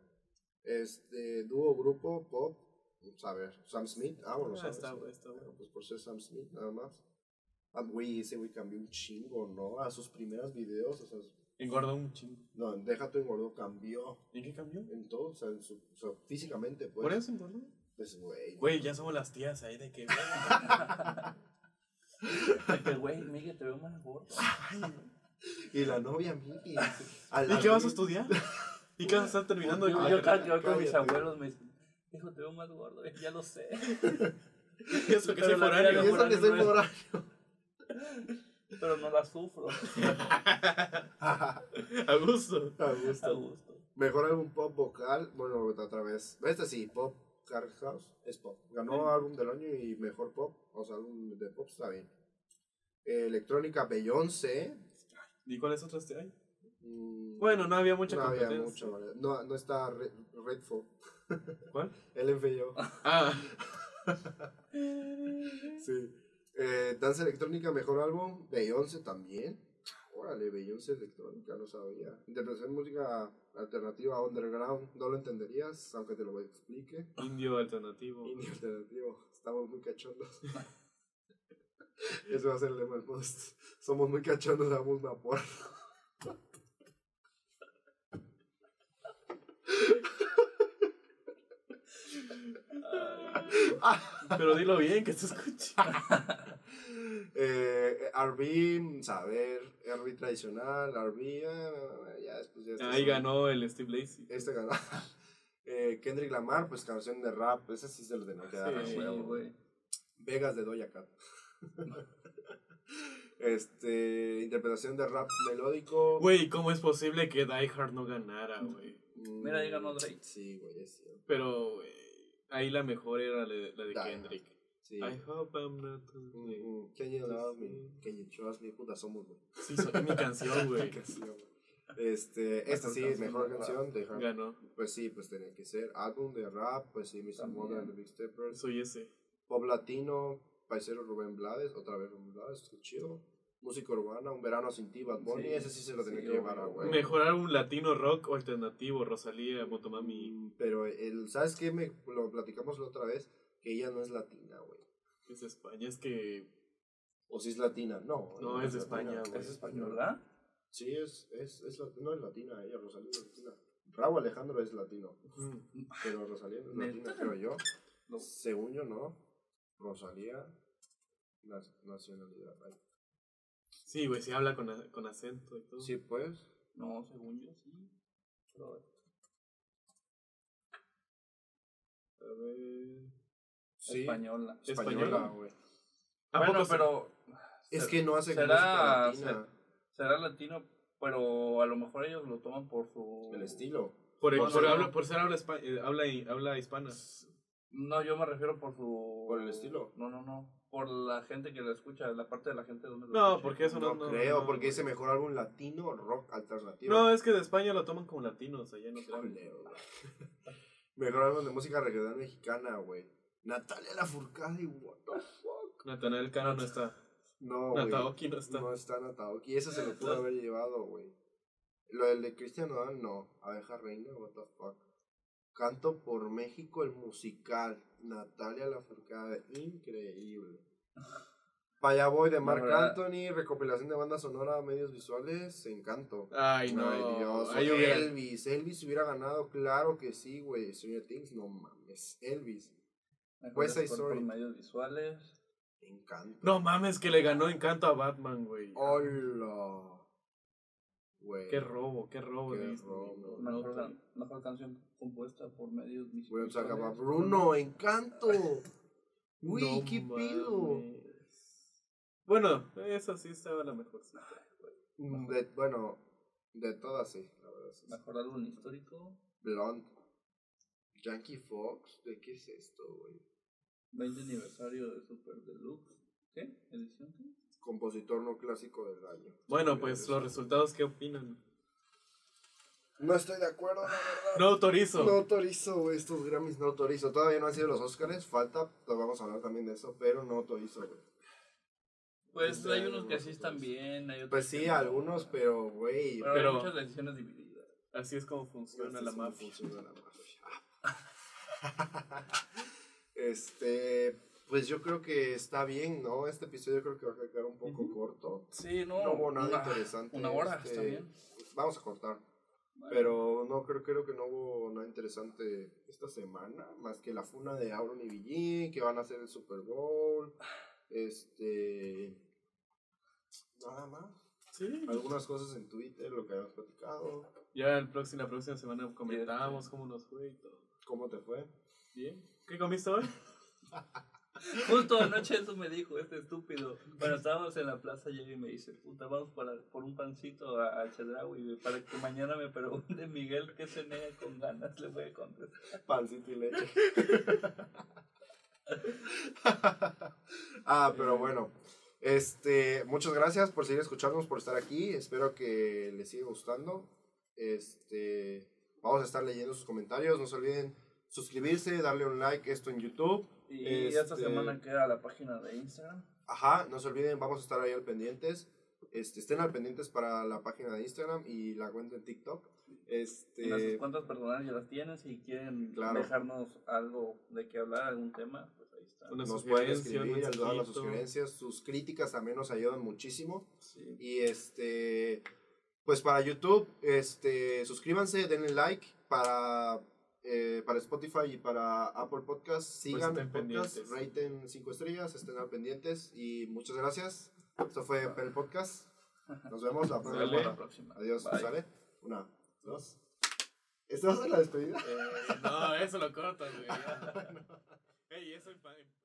Este, dúo, grupo, pop. vamos A ver, Sam Smith. Ah, bueno, Ah, Sam está, Smith. bueno, está bueno. Bueno, pues por ser Sam Smith, nada más. Ah, güey, ese güey cambió un chingo, ¿no? A sus primeros videos, o sea, Engordó un chingo. no, en Déjate engordó, cambió ¿En qué cambió? en todo, o sea, en su, o sea, físicamente, pues. ¿Por eso engordó? Pues, güey. Güey, ya somos las tías ahí de [laughs] que. De que, güey, Miguel, te veo más gordo. Y la [laughs] novia, Miki. A la ¿Y qué vas a Miki. estudiar? ¿Y qué vas a estar terminando? Yo, Ay, de- [laughs] yo cada que voy con mis cállate. abuelos me dicen, hijo, te veo más gordo, eh, ya lo sé. [laughs] [laughs] Y eso que soy Pero la foráneo. Y eso que soy por [laughs] [laughs] Pero no la sufro. [laughs] A gusto. A A gusto. gusto. Mejor álbum pop vocal. Bueno, otra vez. Este sí, pop. Car House es pop. Ganó Sí. álbum del año y mejor pop. O sea, álbum de pop está bien. Eh, electrónica Beyoncé. ¿Y cuáles otras te hay? Mm, Bueno, no había mucha no había competencia. mucho. ¿vale? No, no está Red, Redfall. [laughs] ¿Cuál? Él envió. Ah. sí. Eh, danza electrónica, mejor álbum. Beyoncé también. Órale, Beyoncé electrónica, no sabía. Interpretación de música alternativa, underground. No lo entenderías, aunque te lo explique. Indio alternativo. [laughs] [laughs] Indie alternativo. Estamos muy cachondos. Eso va a ser el lema del post. Somos muy cachondos, damos una porra. Pero dilo bien, que se [laughs] escuche. Eh, RB, saber, RB tradicional, RB, eh, ya después ya está. Ahí ganó el Steve Lacey. Este ganó. [laughs] Eh, Kendrick Lamar, pues canción de rap, esa sí se lo tenía que dar a Sí, huevo. güey. Vegas de Doja Cat. [laughs] este, interpretación de rap melódico. Güey, ¿cómo es posible que Die Hard no ganara, güey? Mm, Mira, ahí ganó Drake. Sí, güey, es cierto. Pero güey, ahí la mejor era la de, la de Die Hard. Kendrick. Sí. I hope I'm not too late. Mm, Can you love me? mm. Can you trust me? Puta, somos, güey. Sí, so- es mi canción, [laughs] güey. Canción, güey. Este, esta sí, canción mejor de canción de Hard Ganó. Pues sí, pues tenía que ser álbum de rap, pues sí, Mr. También. Modern, The Big Steppers, Soy ese. pop latino, paisero Rubén Blades, otra vez Rubén Blades, qué chido. Música urbana, Un verano sin ti, Bad Bunny, Sí, ese sí se lo tenía sí, que llevar a obvio. huevo. Mejor álbum latino rock o alternativo, Rosalía, Motomami. Mm, Pero, el, ¿sabes qué? Me, lo platicamos la otra vez, que ella no es latina, güey. Es España, es que. O si es latina, no. No, es de latina, España, güey. Es española. ¿Verdad? Sí, es, es, es la- no es latina, ella, Rosalía es latina. Raúl Alejandro es latino, Mm. pero Rosalía no es ¿Neta? latina, creo yo. No. Según yo, no. Rosalía, na- nacionalidad. ay. Sí, güey, se habla con, a- con acento y todo. Sí, pues. No, según yo sí. Pero, A ver. Sí. Española. Ah, pues, Española, güey. ¿A Bueno, poco se- pero Es que no hace será- música latina. ah, será latino, pero a lo mejor ellos lo toman por su... El estilo. Por, No, por, no, no. habla- por ser habla, hispa- eh, habla, hi- habla hispana. No, yo me refiero por su... Por el estilo. No, no, no. Por la gente que lo escucha, la parte de la gente donde lo No, escucha. porque eso no. No, no, creo, no, porque güey. ese mejor álbum latino, rock alternativo. No, es que de España lo toman como latinos, allá no creo. Culero, güey. [laughs] Mejor álbum de música regional mexicana, güey. Natalia Lafourcade, what the fuck. Natanael Cano no está. No, güey. Nataoki no está. No está Nataoki. Eso se lo pudo haber llevado, güey. Lo del de Cristian Nodal, no. Abeja Reina, what the fuck. Canto por México, el musical. Natalia Lafourcade, increíble. Vaya Boy de Marc Ahora- Anthony, recopilación de banda sonora, medios visuales, Encanto. Ay, no. Ay, Dios. Ahí o hubiera- Elvis. Elvis hubiera ganado, claro que sí, güey. Stranger Things, no mames. Elvis, Mejor West Side es por- por Story. medios visuales. Encanto. No mames, que le ganó encanto a Batman, güey. Hola. Güey. Qué robo, qué robo. Qué Disney, robo. no, no, Mejor, can- mejor canción compuesta por medios Güey, visuales. se acaba Bruno, encanto. Uy, no qué mames. pido. Ah, Bueno, esa sí estaba la mejor. Mm, de- bueno, de todas sí, la verdad. sí, sí. Mejor álbum histórico. Blonde. Yankee Fox, ¿de qué es esto, güey? 20 aniversario de Super Deluxe. ¿Qué? ¿Edición qué? Compositor no clásico del año. Bueno, pues los resultados, ¿qué opinan? No estoy de acuerdo, la verdad. No autorizo. No autorizo, güey, estos Grammys no autorizo. Todavía no han sido los Oscars, falta, pues, vamos a hablar también de eso, pero no autorizo, güey. Pues Ya, hay no, unos no, que sí no, están no. bien, hay otros Pues que sí, no. algunos, pero, güey. Pero, Pero- hay muchas decisiones divididas. Así es como Este funciona la mafia. Funciona la mafia. [laughs] este, pues yo creo que está bien, ¿no? Este episodio creo que va a quedar un poco Ujú. corto. Sí, no. No hubo nada una- interesante, Una hora, este, está [laughs] bien. Vamos a cortar. Vale. Pero no, creo, creo que no hubo nada interesante esta semana, más que la funa de Auron y Villín, que van a hacer el Super Bowl, este... Nada más. Sí. Algunas cosas en Twitter, lo que habíamos platicado. Ya el próximo, la próxima semana comentábamos cómo nos fue y todo. ¿Cómo te fue? Bien. ¿Qué comiste hoy? Justo anoche eso me dijo este estúpido. Bueno, estábamos en la plaza llega y me dice, puta, vamos para, por un pancito a, a Chedraui para que mañana me pregunte Miguel qué cené con ganas, le voy a contestar. Pancito y leche. ah, pero bueno. Este, muchas gracias por seguir escuchándonos, por estar aquí. Espero que les siga gustando. Este, vamos a estar leyendo sus comentarios. No se olviden suscribirse, darle un like esto en YouTube. Y esta Este- semana queda la página de Instagram. Ajá, no se olviden, vamos a estar ahí al pendientes. Este, estén al pendientes para la página de Instagram y la cuenta en TikTok. Y las Este, cuentas personales ya las tienen. Si quieren Claro. dejarnos algo de qué hablar, algún tema, pues ahí está. Una nos pueden sugerencia, un escribir, ayudar las mensajito. sugerencias. Sus críticas también nos ayudan muchísimo. Sí. Y este, pues para YouTube, este, suscríbanse, denle like. Para, eh, para Spotify y para Apple Podcast, sigan Pues estén el podcast, pendientes. raten 5 estrellas, estén al pendientes. Y muchas gracias. Esto fue el podcast. Nos vemos la Nos vemos Sale. próxima. la próxima. Adiós, Bye. ¿sale? Una, dos. ¿Estás en la despedida? [laughs] Eh, no, eso lo cortas, güey. ya. Ey, eso en pa- en-